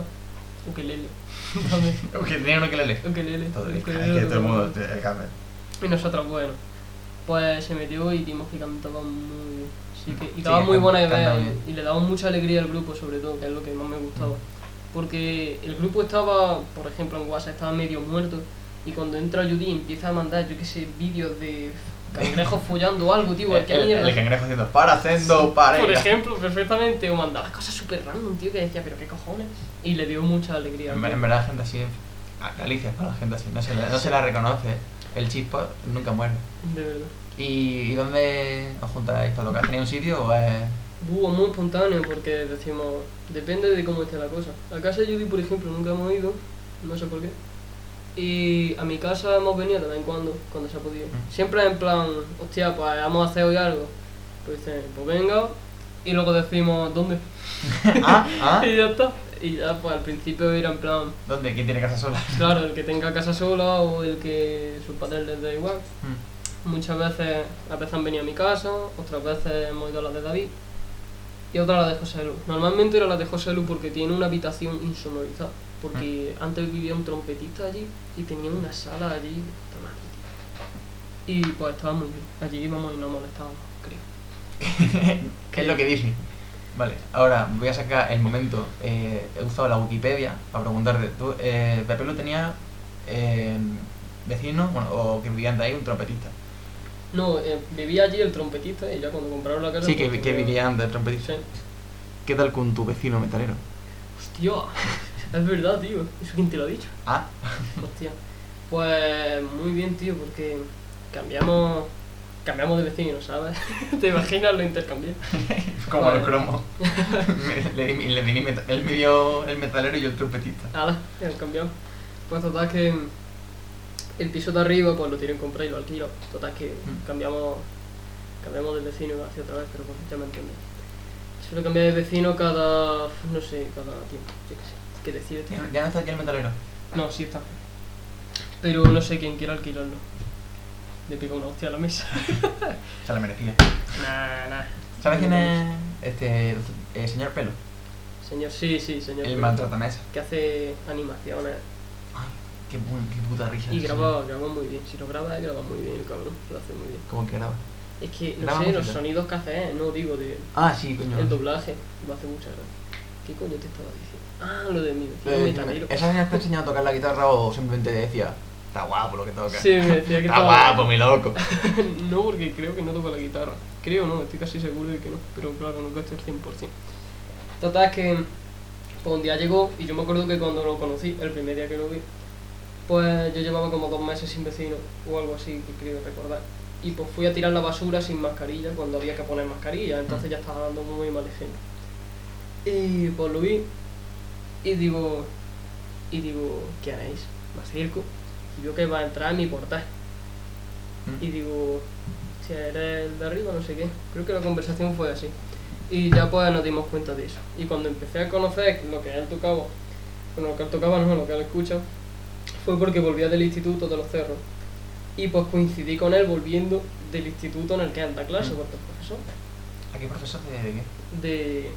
Ukelele. (laughs) También.
Aunque tenía uno que le lee.
Ukelele.
Todo, es que
Ukelele
es que todo
lo
el
tocaba.
mundo te cambia.
Y nosotros, bueno, pues se metió y vimos que cantaba muy bien. Así que, y
Sí,
daba muy
can-
buena
canta
idea
bien.
y, y le daba mucha alegría al grupo, sobre todo, que es lo que más me gustaba.
Mm.
Porque el grupo estaba, por ejemplo, en WhatsApp estaba medio muerto. Y cuando entra Judy y empieza a mandar, yo qué sé, vídeos de
(laughs)
cangrejos follando o algo, tío,
Eh, El,
cualquier
el,
mierda.
el cangrejo haciendo para haciendo pareja.
por ejemplo, perfectamente, o mandaba cosas súper random, tío, que decía, pero qué cojones. Y le dio mucha alegría.
En, ver-
tío.
en verdad la gente así es. a- Galicia es para la gente así, no se la, no se la reconoce. El chispa nunca muere.
De verdad.
¿Y, y dónde os juntáis para tocar? ¿Tenéis un sitio o (laughs) es.?
Hubo muy espontáneo porque decimos, depende de cómo esté la cosa. A casa de Judy, por ejemplo, nunca hemos ido, no sé por qué. Y a mi casa hemos venido de vez en cuando, cuando se ha podido.
Mm.
Siempre en plan, hostia, pues vamos a hacer hoy algo. Pues dicen, pues venga, y luego decimos, ¿dónde?
¿Ah? ¿Ah?
(laughs) Y ya está. Y ya, pues al principio era en plan,
¿Dónde? ¿Quién tiene casa sola?
claro, el que tenga casa sola o el que sus padres les da igual.
Mm.
Muchas veces, a veces han venido a mi casa, otras veces hemos ido a la de David y otras a la de José Lu. Normalmente era la de José Lu porque tiene una habitación insonorizada, porque
Mm.
antes vivía un trompetista allí y tenía una sala allí. dramática. Y pues estaba muy bien. Allí íbamos y no molestábamos, creo.
¿Qué es lo que dije? Vale, ahora voy a sacar el momento. eh, he usado la Wikipedia para preguntarte. Tú, eh, Pepe Lu tenía eh, vecino, bueno, o que vivían de ahí, un trompetista.
No, eh, vivía allí el trompetista y ya cuando compraron la casa.
Sí, que,
pues,
que
tenía-
vivían de trompetista.
Sí.
¿Qué tal con tu vecino metalero?
Hostia, (laughs) es verdad, tío. ¿Eso quién te lo ha dicho?
Ah,
Hostia. Pues muy bien, tío, porque cambiamos cambiamos de vecino, ¿sabes? (laughs) ¿Te imaginas lo intercambié?
(laughs) como
Vale.
los
(laughs)
cromos. Me- le, di- le di mi meta- él me dio el metalero y yo el trompetista.
Nada, ya han cambiado. Pues total que el piso de arriba pues lo tienen comprado y lo alquilo. Total que
Mm.
cambiamos cambiamos de vecino hacia otra vez, pero bueno, ya me entiendes. Suelo cambiar de vecino cada, no sé, cada tiempo, yo qué sé. ¿Qué decir, tío?
Ya, ya no está aquí el metalero.
No, sí está. Pero no sé quién quiera alquilarlo. le pegó una hostia a la mesa.
Se la merecía.
nah, nah.
¿Sabes quién es este el señor Pelo?
Señor, sí, sí, señor.
El
Pérez,
maltratamesa.
Que hace animaciones.
Ay, qué, buen- qué puta risa.
Y
ese
graba, graba muy bien. Si lo graba, graba muy bien el cabrón. Lo hace muy bien.
señor. ¿Cómo que graba?
Es que, no
Graba
sé,
música.
los sonidos que hace, eh, no digo de,
Ah, sí, coño.
el doblaje. Lo hace mucha gracia. ¿Qué coño te estaba diciendo? Ah, lo de mi vecino
Eh,
metalero.
¿Esa señora te ha enseñado a tocar la guitarra o simplemente decía, está guapo lo que toca?
Sí, me decía que
está
estaba-
guapo, mi
(laughs)
loco.
no, porque creo que no toca la guitarra. Creo, no, estoy casi seguro de que no. Pero claro, nunca estoy al 100%. Total, es que pues, un día llegó y yo me acuerdo que cuando lo conocí, el primer día que lo vi, pues yo llevaba como dos meses sin vecino o algo así, que creo recordar. Y pues fui a tirar la basura sin mascarilla cuando había que poner mascarilla, entonces ya estaba dando muy mal ejemplo. Y pues lo vi y digo, y digo, ¿qué haréis? Me acerco y veo que va a entrar a mi portal.
Mm.
Y digo, si eres el de arriba, no sé qué. Creo que la conversación fue así. Y ya pues nos dimos cuenta de eso. Y cuando empecé a conocer lo que él tocaba, bueno, lo que él tocaba no, lo que él escucha, fue porque volvía del instituto de los cerros. Y pues coincidí con él volviendo del instituto en el que anda clase,
Mm.
porque es profesor
¿A qué profesor de, de qué?
de.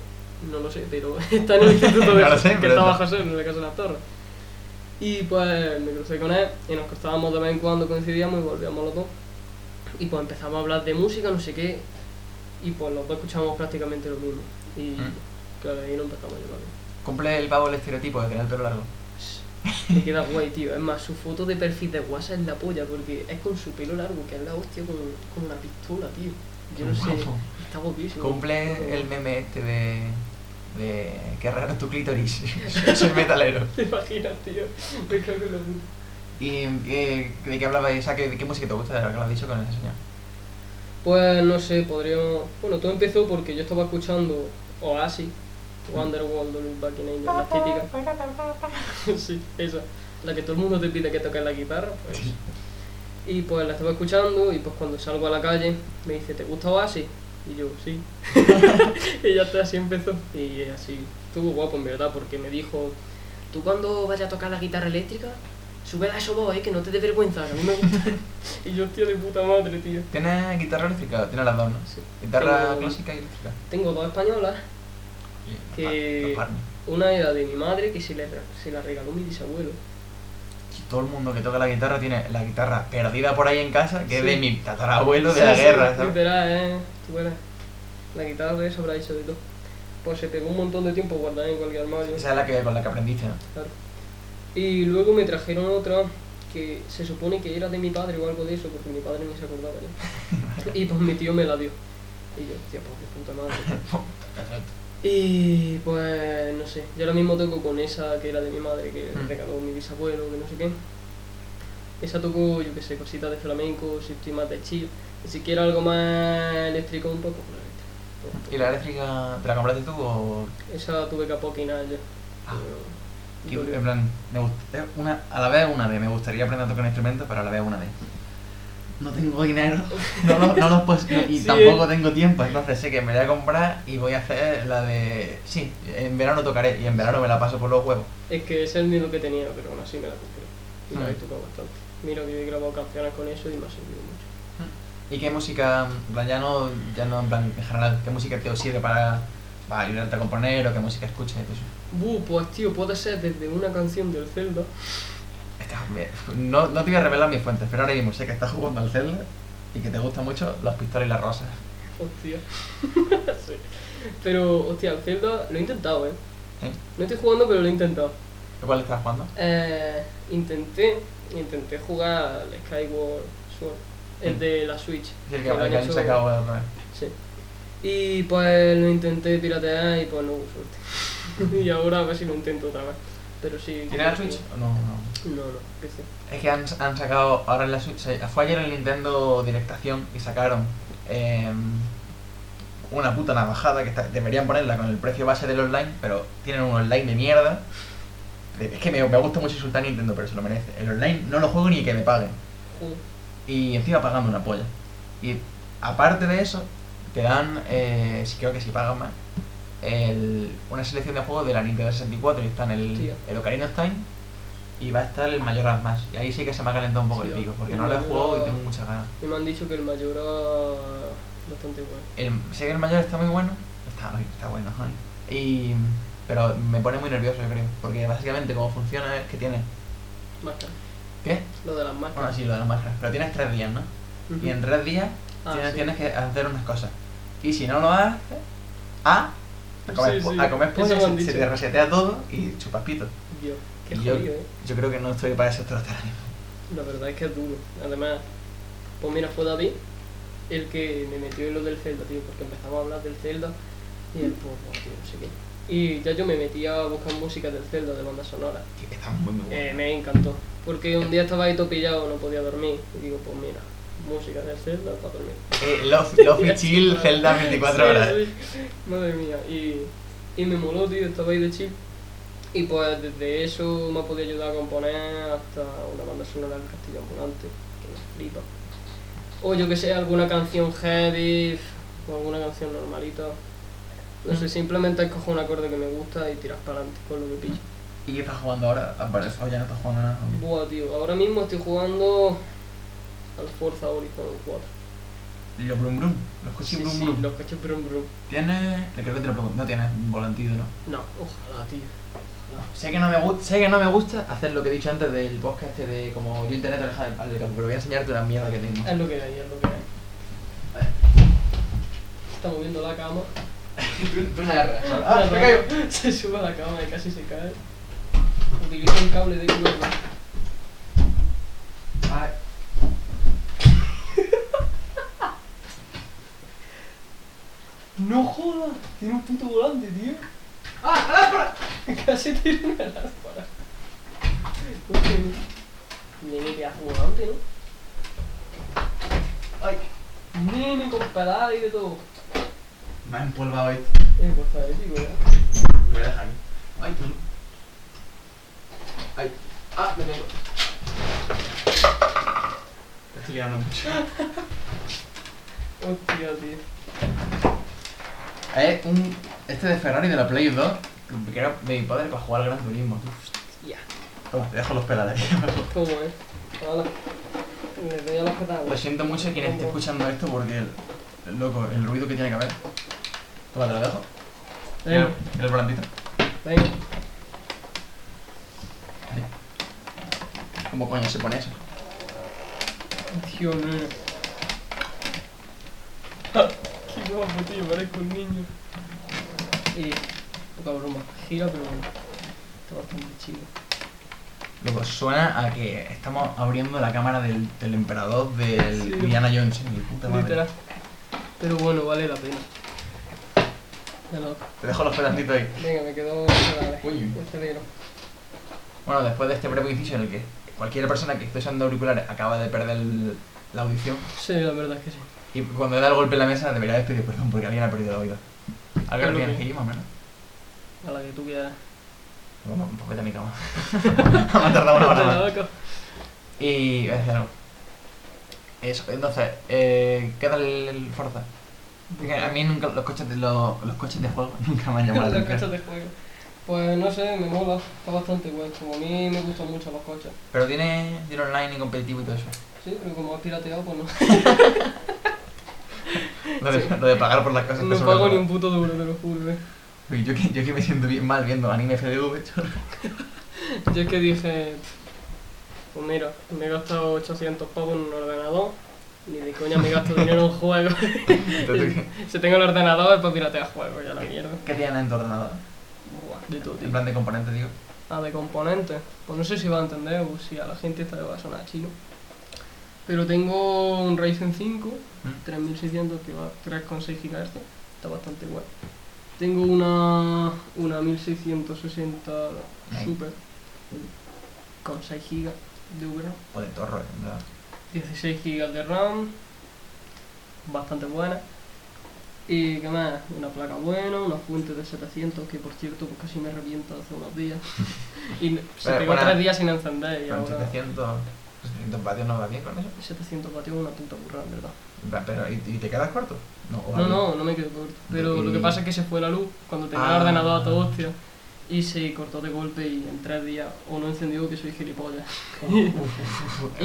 No lo (laughs) sé, pero está en el instituto
(laughs)
de
No lo sé,
que
pero
estaba
no.
José en la casa de las torres. Y pues me crucé con él y nos cruzábamos de vez en cuando, coincidíamos y volvíamos los dos. Y pues empezamos a hablar de música, no sé qué. Y pues los dos escuchábamos prácticamente lo mismo. Y
Mm.
claro, ahí nos empezamos a llevar bien.
Cumple el pavo el estereotipo de tener el pelo largo.
Le queda guay, tío. Es más, su foto de perfil de WhatsApp es la polla, porque es con su pelo largo, que es la hostia con, con una pistola, tío. Yo no sé,
Guapo.
está guapísimo.
Cumple el meme este de. de. qué raro tu clítoris.
(laughs)
(laughs) Soy metalero.
(laughs) Te imaginas, tío. Me cago en la puta.
¿Y eh, de qué hablabas? O sea, ¿qué, ¿de qué música te gusta de la que lo has dicho con esa señora?
Pues no sé, podríamos. Bueno, todo empezó porque yo estaba escuchando Oasis, Wonderwall, Look Back in Angel, la típica. (laughs) sí, esa. La que todo el mundo te pide que toques la guitarra, pues. Y pues la estaba escuchando y pues cuando salgo a la calle me dice, ¿te gusta Oasis? Y yo, sí. (laughs) y ya está, así empezó. Y así, estuvo guapo en verdad porque me dijo, tú cuando vayas a tocar la guitarra eléctrica, sube a eso vos, eh, que no te dé vergüenza, que a mí me gusta. (laughs) y yo, tío, de puta madre, tío.
¿Tienes guitarra eléctrica? ¿Tienes las dos, no?
Sí.
Guitarra
Tengo-
clásica y eléctrica.
Tengo dos españolas,
Y
Que-
los par- los partner.
una era de mi madre que se, le, se la regaló mi bisabuelo.
Todo el mundo que toca la guitarra tiene la guitarra perdida por ahí en casa, que es
Sí.
de mi tatarabuelo de
Sí,
la
sí,
guerra, ¿sabes?
literal, eh, tú verás. La guitarra de eso habrá hecho de todo. Pues se pegó un montón de tiempo guardada en cualquier armario.
Esa es la que, con la que aprendiste, ¿no?
claro. Y luego me trajeron otra que se supone que era de mi padre o algo de eso, porque mi padre ni se acordaba
(laughs)
ya. y pues mi tío me la dio. Y yo, hostia, pues qué puta
(laughs)
madre. Y pues no sé, yo ahora mismo toco con esa que era de mi madre, que
Mm.
regaló mi bisabuelo, que no sé qué. Esa toco, yo que sé, cositas de flamenco, si estoy más de chill. Y si quiero algo más eléctrico un poco, pues la guitarra.
¿Y la eléctrica te la compraste tú o...?
Esa tuve que apoquinar yo.
Ah.
pero-
que-
dolió.
en plan, me gust- eh, una, a la vez una de, me gustaría aprender a tocar instrumentos, pero a la vez una de... No tengo dinero, no, lo- no los puedo- no- y
Sí,
tampoco tengo tiempo, entonces sé que me voy a comprar y voy a hacer la de... Sí, en verano tocaré y en verano me la paso por los huevos.
Es que ese es el miedo que tenía, pero aún así me la compré. Y la he
Mm.
tocado bastante. Mira que he grabado canciones con eso y me ha servido mucho.
¿Y qué música, en plan, ya no, ya no en, plan, en general, qué música te sirve para, para ayudarte a componer o qué música escuchas y todo eso?
Buh, pues tío, puede ser desde una canción del Zelda.
Estás- me- No, no te voy a revelar mis fuentes, pero ahora mismo sé que estás jugando al Zelda y que te gustan mucho las pistolas y las rosas.
Hostia. (laughs) Sí. Pero, hostia, el Zelda lo he intentado, ¿eh?
¿Eh?
No estoy jugando, pero lo he intentado.
¿Cuál estás jugando?
Eh, intenté, intenté jugar al Skyward Sword, el de la Switch.
Mm. Es el que,
que lo
el
han
que han
hecho-
sacado el revés.
Sí. Y pues lo intenté piratear y pues no hubo suerte. (laughs) y ahora a ver si lo intento otra vez. Pero sí.
¿Tienes la Switch? No, no.
No, no, PC.
Es que han, han sacado ahora en la Switch. se- Fue ayer el Nintendo Directación y sacaron eh, una puta navajada que está- deberían ponerla con el precio base del online, pero tienen un online de mierda. Es que me, me gusta mucho insultar a Nintendo, pero se lo merece. El online no lo juego ni que me paguen.
Joder.
y encima pagando una polla. Y aparte de eso, te dan, eh, si creo que si pagan más, el- una selección de juegos de la Nintendo 64 y están el,
Hostia.
el Ocarina of Time,
y va a estar el Mayoras más. Y ahí sí que se me ha calentado un poco
Sí,
el pico, porque
el
no lo he jugado y
Majora's-
tengo muchas ganas.
Y me han dicho que el mayor era bastante bueno.
El, sé que el Mayoras está muy bueno, está, está bueno, ajá.
Y, pero me pone muy nervioso, yo creo. Porque básicamente como funciona es que tienes...
Máscara.
¿Qué?
Lo de las
Bueno,
máscaras.
sí, lo de las máscaras. Pero tienes tres días, ¿no?
Ujú.
Y en tres días
Ah,
tienes,
sí.
tienes que hacer unas cosas. Y si no lo haces, a, a comer,
Sí,
po-
sí.
A comer
Eso
pollo,
me han
se, se
dicho.
te resetea todo y chupas pito.
Dios, qué
Y yo-
jodido, eh.
Yo creo que no estoy para esos tratados.
La verdad es que es duro. Además, pues mira, fue David el que me metió en lo del Zelda, tío, porque empezamos a hablar del Zelda y él, pues, bueno, tío, no sé qué. Y ya yo me metí a buscar música del Zelda, de bandas sonoras.
Que está muy, muy
Eh,
bueno.
me encantó. Porque un día estaba ahí topillado, no podía dormir. Y digo, pues mira, música del Zelda para dormir.
Eh, Love, Love (laughs)
Ya
y
sí,
Chill,
claro.
Zelda 24
Sí,
horas.
sí. Madre mía. Y, y me moló, tío, estaba ahí de chill. Y pues desde eso me ha podido ayudar a componer hasta una banda sonora del Castillo Ambulante, que me flipa. O yo que sé, alguna canción heavy o alguna canción normalita. No sé, simplemente escojo un acorde que me gusta y tiras para adelante con lo que pillo.
¿Y qué estás jugando ahora? Ah, por eso ya no estás jugando nada.
Buah, tío, ahora mismo estoy jugando al Forza Horizon 4.
Los Brum Brum. Los coches
Sí,
Brum
sí,
Brum.
los cachos brum brum.
Tienes. Creo que te lo pregunto. No tienes un volantillo, ¿no?
No, ojalá, tío.
Sé que, no me gusta, sé que no me gusta hacer lo que he dicho antes del podcast este de como yo internet aleja del del campo, pero voy a enseñarte una mierda que (laughs) tengo.
Es lo que hay, es lo que hay. Está moviendo la cama.
Tú una guerra.
Ah, no, (laughs) Se sube a la cama y casi se cae. Utiliza un cable de color.
Ay.
No jodas, tiene un puto volante, tío. ¡Ah, lámpara! (laughs) Casi tiene una lámpara. Nene, que has volante, ¿no? Ay, nene, con pedales y de todo.
Me ha empolvado esto.
Eh, pues está épico, ¿eh?
Me voy a dejar.
Ay, tú. Ay. Ah, me tengo. Estoy liando mucho.
Hostia, tío.
Es un. Este de Ferrari de la Play 2, que- que era de mi padre para jugar al Gran Turismo.
Ya.
Toma, te dejo los pedales.
¿Cómo es? Hola. Me doy a
(laughs)
los
Lo
catálogos.
siento mucho a quien esté escuchando esto porque, el- loco, el ruido que tiene que haber. Toma, te lo dejo.
Venga,
El, el volantito.
venga.
¿Cómo coño se pone eso?
Dios mío. Ah, Qué guapo, tío, parezco un niño. Eh, poca broma. Gira, pero bueno. Está bastante chido.
Loco, suena a que estamos abriendo la cámara del, del emperador del
Sí.
Indiana Jones. Mi puta madre.
Literal. Pero bueno, vale la pena. De loco.
Te dejo los pedacitos ahí.
Venga, me quedo. Vale,
Uy.
este negro.
Bueno, después de este breve inciso en el que cualquier persona que esté usando auriculares acaba de perder el- la audición,
Sí, la verdad es que sí.
y cuando da el golpe en la mesa debería haber pedido perdón porque alguien ha perdido la oída.
Es
¿Alguien
lo
lo tienes
que-
que ir, más o menos?
A la que tú quieras.
Vamos, pues vete a mi cama. (laughs) Me ha tardado una hora más.
De loco.
Y voy a decir algo. Eso, entonces, eh, ¿qué tal el, el Forza? Porque a mí nunca los coches de los, los coches de juego (laughs) nunca me han llamado la
Los coches
atención.
de juego. Pues no sé, me mola, está bastante guay. Como a mí me gustan mucho los coches.
Pero tiene, tiene online y competitivo y todo eso.
Sí, pero como has pirateado, pues no.
Lo de, lo de pagar por las cosas.
No
está
pago ni
sobrevalorado.
un puto duro, te lo juro. eh.
Uy, yo, que, yo que me siento bien mal viendo anime (laughs) FDV. chorro.
Yo es que dije, pues mira, me he gastado 800 pavos en un ordenador. Ni de coña me gasto dinero en juegos.
Entonces, ¿qué-
(laughs) si tengo el ordenador es para piratear juegos, ya la mierda.
¿Qué tienen en tu ordenador?
Buah, de todo, tío.
En plan de componente, digo.
Ah, de componentes. Pues no sé si va a entender o si a la gente esta le va a sonar chino. Pero tengo un Ryzen 5,
Mm.
3600 que va a 3,6 GHz. Está bastante guay. Tengo una, una 1660
Nice.
Super con 6 GB de VRAM.
O pues de torro, en verdad.
16 GB de RAM, bastante buena. Y qué más, una placa buena, una fuente de 700, que por cierto pues casi me revienta hace unos
(laughs)
días. y n- se
Pero
pegó
buena-
tres días sin encender y
Con
ahora
700, 700 vatios no va bien con eso.
700 vatios es una puta burra, en verdad.
Pero, ¿y, y te quedas corto? No, o
No,
algo.
no, no me quedo corto. Pero
Y-
lo que pasa es que se fue la luz cuando tenía
Mm. Ah.
el ordenador a toda hostia. y se cortó de golpe y en tres días o no encendió que soy gilipollas. (laughs) y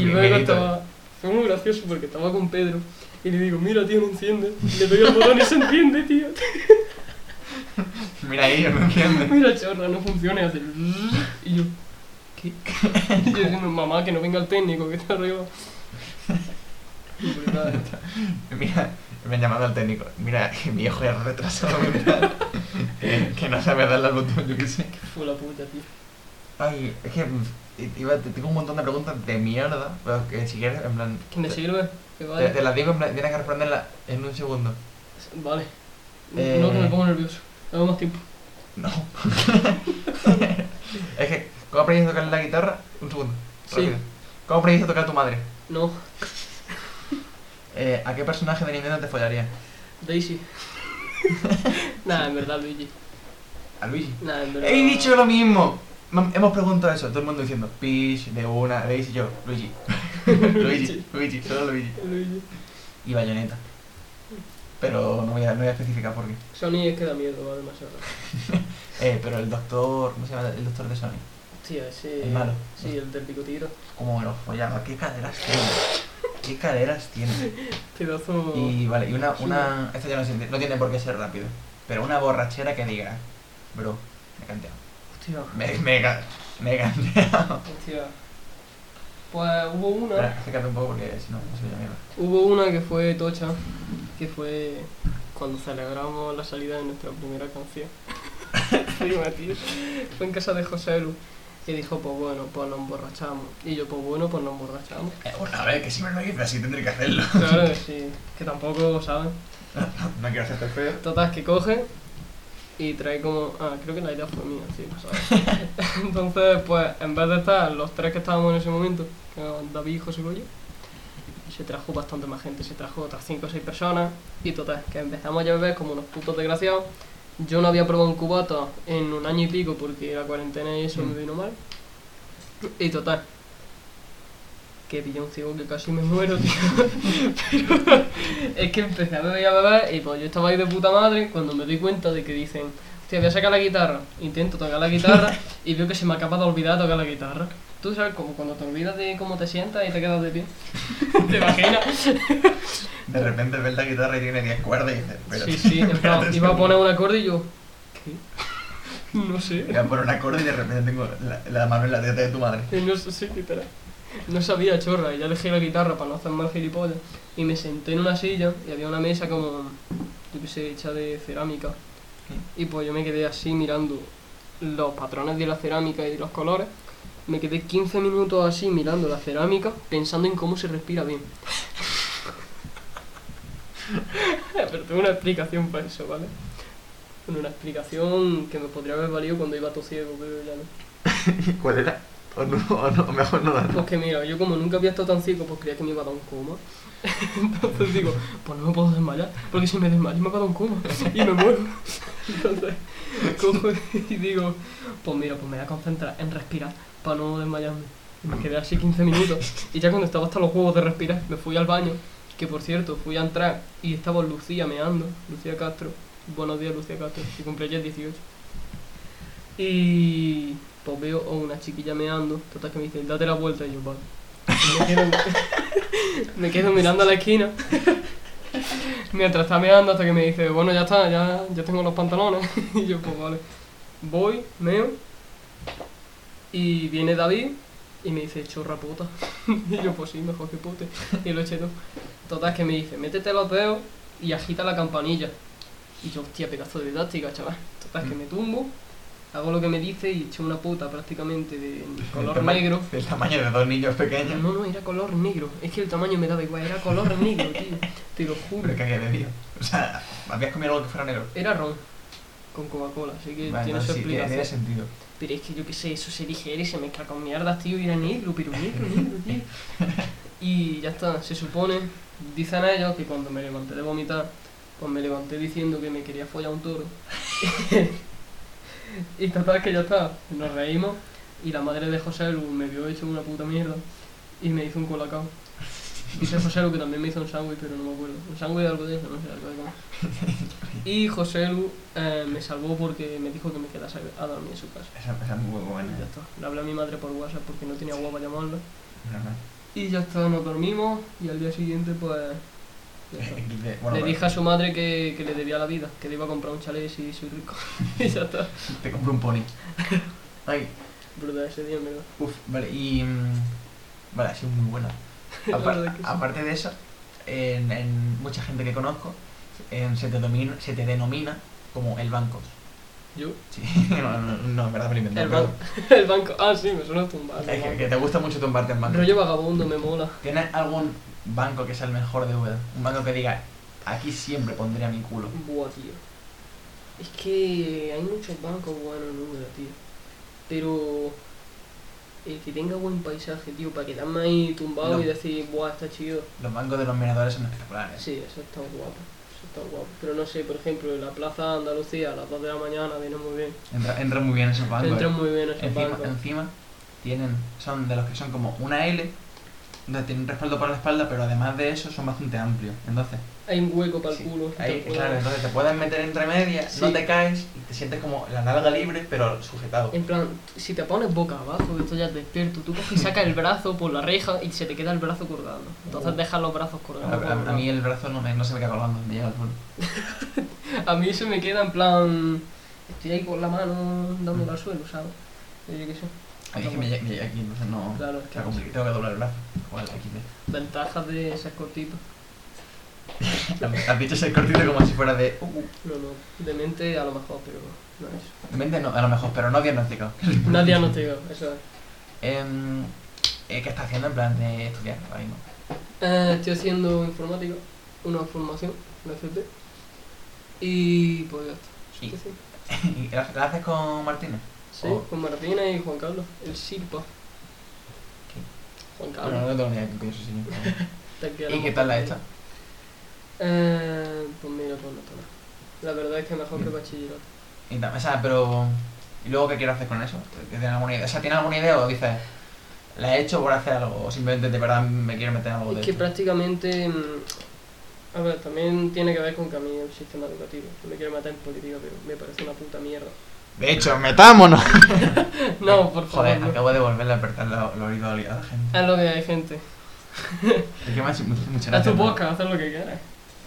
Bien,
luego
Benito.
estaba, fue muy gracioso porque estaba con Pedro y le digo, mira tío, no enciende. Le doy al botón y se enciende, tío. (laughs)
Mira ahí, no entiendo.
Mira chorra, no funciona y hace... Y yo, ¿qué? Y yo diciendo, mamá, que no venga el técnico, que está arriba. "Pues Brutal.
(laughs) Mira, me han llamado al técnico. Mira, (laughs) mi hijo es retrasado mental. (laughs) Eh, que no sabe darle al botón, yo qué sé.
Fue la puta, tío.
Ay, es que mm, iba- te- tengo un montón de preguntas de mierda, pero que si quieres, en plan.
¿Que me
te,
sirve? Que vale.
te- te las digo, en plan, tienes que responderlas en un segundo.
Vale.
Eh.
No, que me pongo nervioso. Dame más tiempo.
No. (laughs) es que, ¿cómo aprendiste a tocar la guitarra? Un segundo.
Sí.
Rápido. ¿Cómo aprendiste a tocar tu madre?
No,
Eh, ¿A qué personaje de Nintendo te follaría?
Daisy. (laughs) Nada, en verdad, Luigi.
A Luigi.
Nada, en verdad.
He dicho lo mismo. Ma- Hemos preguntado eso, todo el mundo diciendo Peach, de una, Daisy, yo, Luigi. Luigi, Luigi, solo Luigi.
Luigi.
Y Bayonetta. Pero no voy a, no voy a especificar por qué.
Sony es que da miedo, va demasiado.
Eh, pero el doctor, ¿cómo se llama? El doctor de Sony.
Hostia, ese.
El malo.
Sí, el del picotiro.
¿Cómo me lo follaba? ¿Qué caderas tiene? ¿Qué caderas tiene?
Este Pedazo.
Y vale, y una, una, esto ya no, se entiende, no tiene por qué ser rápido, pero una borrachera que diga, bro, me he canteado.
Hostia,
Me, me, he ca- me he canteado.
hostia. Pues hubo una.
Espera, acércate un poco porque si no, no se oye mierda.
Hubo una que fue tocha. Que fue cuando celebramos la salida de nuestra primera
(laughs)
canción. Encima, tío. Fue en casa de José Lu. Que dijo, pues bueno, pues nos emborrachamos. Y yo, pues bueno, pues nos
(laughs)
emborrachamos.
Eh, bueno, a ver, que si me lo dices así tendré que hacerlo.
Claro que sí. Que tampoco, ¿sabes?
No quiero hacerte el feo.
Total, que coge y trae como. Ah, creo que la idea fue mía, sí, lo sabes. Entonces, pues, en vez de estar los tres que estábamos en ese momento, que eran David, José y yo, se trajo bastante más gente, se trajo otras 5 o 6 personas, y total, que empezamos a beber como unos putos desgraciados. Yo no había probado un cubata en un año y pico porque la cuarentena y eso
Mm.
me vino mal. Y total, que pillé un ciego que casi me muero, tío. Pero es que empecé a beber y a beber y pues yo estaba ahí de puta madre cuando me doy cuenta de que dicen, hostia, voy a sacar la guitarra. Intento tocar la guitarra y veo que se me acaba de olvidar tocar la guitarra. Tú sabes, como cuando te olvidas de cómo te sientas y te quedas de pie. ¿Te imaginas?
De repente ves la guitarra y tiene 10 cuerdas y dices, pero.
Sí, sí, en
(laughs)
plan,
espérate un
iba a
segundo.
poner un acorde y yo, ¿qué? (laughs) No sé.
Voy a poner un acorde y de repente tengo la, la mano en la teta de tu madre.
Eh, No, sé, sí, literal. No sabía chorra, y ya dejé la guitarra para no hacer más gilipollas. Y me senté en una silla y había una mesa como, yo qué sé, hecha de cerámica. Y pues yo me quedé así mirando los patrones de la cerámica y los colores. Me quedé 15 minutos así mirando la cerámica, pensando en cómo se respira bien. (laughs) Pero tengo una explicación para eso, ¿vale? Bueno, una explicación que me podría haber valido cuando iba todo ciego, pero ya no.
¿Cuál era? O no, o no, mejor no
Pues que mira, yo como nunca había estado tan ciego, pues creía que me iba a dar un coma. (laughs) Entonces digo, pues no me puedo desmayar, porque si me desmayo me va a dar un coma y me muero. (laughs) Entonces cojo y digo, pues mira, pues me voy a concentrar en respirar para no desmayarme. Y me quedé así 15 minutos y ya cuando estaba hasta los huevos de respirar, me fui al baño, que por cierto, fui a entrar y estaba Lucía meando, Lucía Castro. Buenos días, Lucía Castro, si cumpleaños 18. Y pues veo a una chiquilla meando, total que me dice, date la vuelta y yo, vale. Me quedo, me quedo mirando a la esquina. Mientras está meando hasta que me dice, bueno ya está, ya, ya tengo los pantalones. (laughs) Y yo, pues vale. Voy, meo. Y viene David y me dice, chorra puta. (laughs) Y yo, pues sí, mejor que pute. Y lo eché todo. Total que me dice, métete los dedos y agita la campanilla. Y yo, hostia, pedazo de didáctica, chaval. Total que me tumbo, hago lo que me dice y echo una puta prácticamente de color negro.
El tamaño de dos niños pequeños.
No, no, era color negro. Es que el tamaño me daba igual, era color negro, tío. Te lo juro.
Pero que había bebido. O sea, habías comido algo que fuera negro.
Era ron con Coca-Cola, así que
Vale,
tiene
no,
su
sí, tiene,
explicación.
tiene sentido.
Pero es que yo qué sé, eso se digiere y se mezcla con mierdas, tío, y era negro, pero negro, negro, tío. Y ya está, se supone, dicen ellos que cuando me levanté de vomitar, pues me levanté diciendo que me quería follar un toro. (laughs) y total que ya está, nos reímos y la madre de José Lu me vio hecho una puta mierda y me hizo un colacao. Dice José Lu que también me hizo un sándwich, pero no me acuerdo. Un sándwich de algo de eso, no sé, algo de comer. Y José Lu eh, me salvó porque me dijo que me quedase a dormir en su casa.
Esa, esa es muy buena.
Y ya está. Le hablé a mi madre por WhatsApp porque no tenía guapa para llamarla.
No, (laughs) no.
Y ya está, nos dormimos y al día siguiente pues...
(laughs)
ya está.
Dice- bueno, pues.
le
pero-
dije a su madre que, que le debía la vida, que le iba a comprar un chalet si soy rico. (laughs) y ya está.
Te compro un
(laughs)
pony. Ay,
Brutal ese día, en verdad.
Uf, vale, y. mm, Vale, ha sido muy buena.
(laughs) La
Apar-
verdad que sí.
aparte de eso, en, en mucha gente que conozco, em, se, te domina- se te denomina como el bancos.
Yo,
Sí, (laughs) no, no, no, en verdad me lo invento.
el,
pero
ban- (laughs) el banco... Ah, sí, me suena tumbar.
es que, que te gusta mucho tumbarte en banco.
Rollo vagabundo, me mola.
¿Tienes algún banco que sea el mejor de Úbeda? Un banco que diga, aquí siempre pondría mi culo.
Buah, tío. Es que hay muchos bancos buenos en Úbeda, tío. Pero el que tenga buen paisaje, tío, para quedarme ahí tumbado
No.
y decir, buah, está chido.
Los bancos de los miradores son espectaculares.
Sí, eso está guapo. Eso está guapo. Pero no sé, por ejemplo, en la plaza de Andalucía a las 2 de la mañana viene muy bien.
Entra, entran muy bien esos bancos.
Entran muy bien esos
¿eh? Encima,
bancos.
encima tienen, son de los que son como una L, donde tienen un respaldo para la espalda, pero además de eso son bastante amplios. Entonces,
Hay un hueco para el
sí,
culo. que
ahí,
te pueda-
claro, entonces te puedes meter entre medias, no
Sí.
te caes y te sientes como la nalga libre, pero sujetado.
En plan, si te pones boca abajo, esto ya es despierto, tú coges y sacas el brazo por la reja y se te queda el brazo colgando. Entonces
Uh.
dejas los brazos
A, a-
colgando.
a mí el brazo no, me, no se me queda colgando, me llega al suelo.
A mí se me queda en plan. Estoy ahí con la mano dándole al suelo, ¿sabes? Yo qué sé.
A mí es que me llega me llega aquí, entonces no.
Claro, es que
está complicado, tengo que doblar el brazo. Igual, aquí me-
Ventajas de esas cortitas.
Has dicho ese cortito como si fuera de. Uh, uh.
No, no. De mente a lo mejor, pero no
(laughs)
es.
De mente no, a lo mejor, pero no diagnosticado.
Nadie ha notado, eso es.
Em, eh, ¿Qué estás haciendo en plan de estudiar ahora mismo?
Eh, estoy haciendo informática, una formación, una FP. Y pues ya está.
Y-
Sí, sí.
¿Y la, la haces con Martínez?
Sí,
Oh.
con Martina y Juan Carlos, el Sirpa. Juan Carlos.
no tengo ni idea de qué coño es ese señor.
te
¿Y
queremos
qué tal la
también.
hecha?
Eh, pues mira, pues no está mal. La verdad es que mejor
Mm.
que bachillerato.
Y tal, o sea, pero. ¿Y luego qué quiero hacer con eso? ¿Tienes alguna idea? O sea, ¿tienes alguna idea o dices, la he hecho por hacer algo? O simplemente de verdad me quiero meter en algo de
Es que
esto?
prácticamente. mm, A ver, también tiene que ver con que a mí el sistema educativo. No me quiero matar en política, pero me parece una puta mierda. (laughs)
De hecho, metámonos.
No, por favor.
Joder,
no.
acabo de volverle a apretar los lo oídos a la gente.
Haz lo que hay, gente.
Es que me ha hecho muchas muchas
Haz
gracias,
tu
¿no?
boca, haz lo que quieras.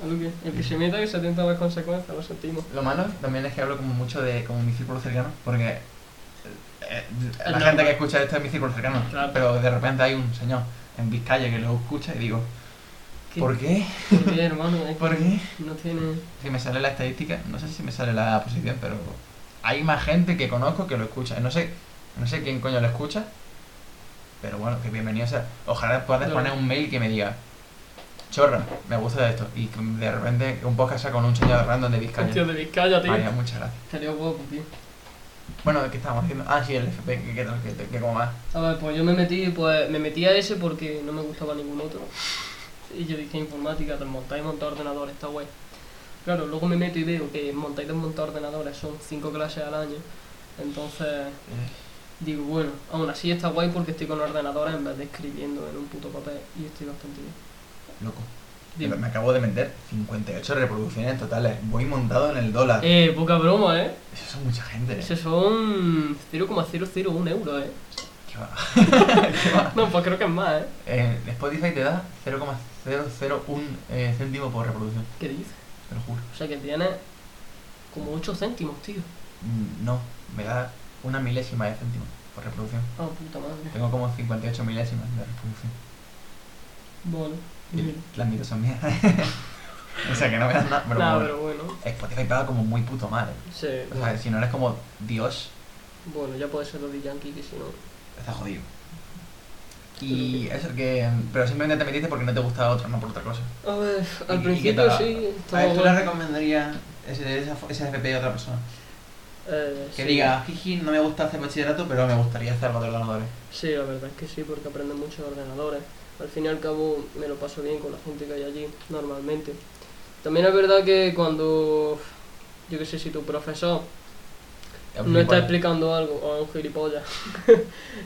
Haz lo que- El que se meta y se atenta a las consecuencias, lo sentimos.
Lo malo también es que hablo como mucho de como mi círculo cercano, porque eh, eh, la
normal.
gente que escucha esto es mi círculo cercano,
Claro.
pero de repente hay un señor en Vizcaya que lo escucha y digo,
¿Qué-
¿por qué?
¿Por qué, Pues hermano? Es que
¿Por qué?
No tiene.
Si me sale la estadística, no sé si me sale la posición, pero hay más gente que conozco que lo escucha. No sé, no sé quién coño lo escucha, pero bueno, que bienvenido sea. Ojalá puedas
Claro.
poner un mail que me diga, chorra, me gusta esto, y que de repente un podcast sea con un señor random de Vizcaya.
Tío de Vizcaya, tío.
María, muchas gracias.
Estaría guapo, tío.
Bueno, ¿qué estábamos haciendo? Ah, sí, el FP, que, que, que, que como más.
A ver, pues yo me metí, pues me metí a ese porque no me gustaba ningún otro. Y yo dije informática, desmontar y montar ordenadores, está guay. Claro, luego me meto y veo que montar y desmontar ordenadores son cinco clases al año. Entonces
Eh,
digo, bueno, aún así está guay porque estoy con ordenadores en vez de escribiendo en un puto papel y estoy bastante bien.
Loco.
Dime.
Me acabo de meter 58 reproducciones totales. Voy montado en el dólar.
Eh, poca broma, ¿eh?
Eso son mucha gente.
Ese son 0,001 euro,
(laughs)
¿eh?
Qué va.
No, pues creo que es más, ¿eh?
Eh, Spotify te da 0,001 eh, céntimo por reproducción.
¿Qué dices?
Te lo juro.
O sea que tienes como 8 céntimos, tío.
Mm, No, me da una milésima de céntimo por reproducción.
Ah, puta madre.
Tengo como 58 milésimas de reproducción.
Bueno, mira.
Y las mitad son mías. (laughs) o sea que no me das nada. Pero
Nah,
bueno,
pero bueno.
Spotify paga como muy puto mal. eh.
Sí,
O sea, si no eres como Dios,
bueno, ya puede ser Daddy Yankee, que si no.
Está jodido. Y eso que. Pero simplemente te metiste porque no te gustaba otro, no por otra cosa.
A
¿Y-
ver,
y
al
qué
principio
tal?
sí,
A ver,
estaba
tú le
bueno.
recomendarías ese, esa, ese FP a otra persona.
Eh,
Que
sí.
diga, jiji, no me gusta hacer bachillerato, pero me gustaría hacer algo de ordenadores.
Sí, la verdad es que sí, porque aprendo mucho de ordenadores. Al fin y al cabo me lo paso bien con la gente que hay allí, normalmente. También es verdad que cuando, yo qué sé, si tu profesor (laughs) no está explicando algo, o es un gilipollas,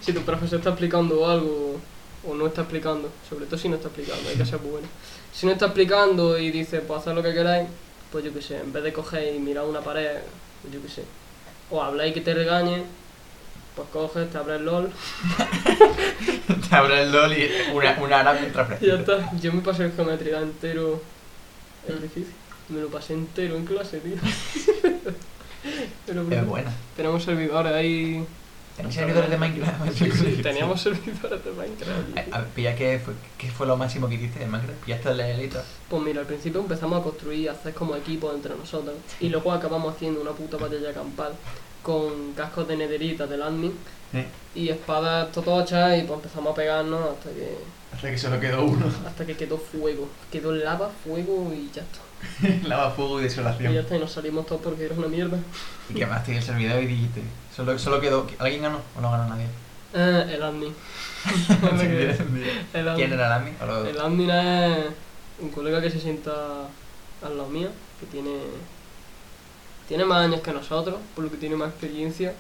si tu profesor está explicando algo o no está explicando, sobre todo si no está explicando, hay que ser muy bueno. Si no está explicando y dice, pues haced lo que queráis, pues yo qué sé, en vez de coger y mirar una pared, pues yo qué sé, o habláis que te regañe, pues coges, te abres LOL (laughs)
Te abre el LOL y una, una hora mientras
y ya
practicas.
está. Yo me pasé el geometría entero, es difícil, me lo pasé entero en clase, tío. (laughs) Pero
Es
bueno,
buena.
tenemos servidores ahí.
Tenéis servidores de Minecraft. en el
(laughs) Sí, sí,
colegio?
teníamos servidores de Minecraft. tío.
Eh, a ver, ¿Pilla qué fue, qué fue lo máximo que hiciste de Minecraft? ¿Pillaste la elita?
Pues mira, al principio empezamos a construir, a hacer como equipos entre nosotros. Y luego acabamos haciendo una puta batalla campal con cascos de nederita del admin
Sí.
y espadas totochas y pues empezamos a pegarnos hasta que
Hasta que solo quedó uno. (laughs)
hasta que quedó fuego. Quedó lava, fuego y ya está.
Lava, fuego y
Y ya
desolación.
está, y nos salimos todos porque era una mierda.
Y quemaste el servidor y dijiste. Solo, solo quedó. ¿Alguien ganó o no ganó
(laughs)
nadie?
Eh, el (laughs) admin.
(laughs)
El admin.
¿Quién era el admin? ¿O lo-
El admin es un colega que se sienta al lado mío, que tiene tiene más años que nosotros, por lo que tiene más experiencia.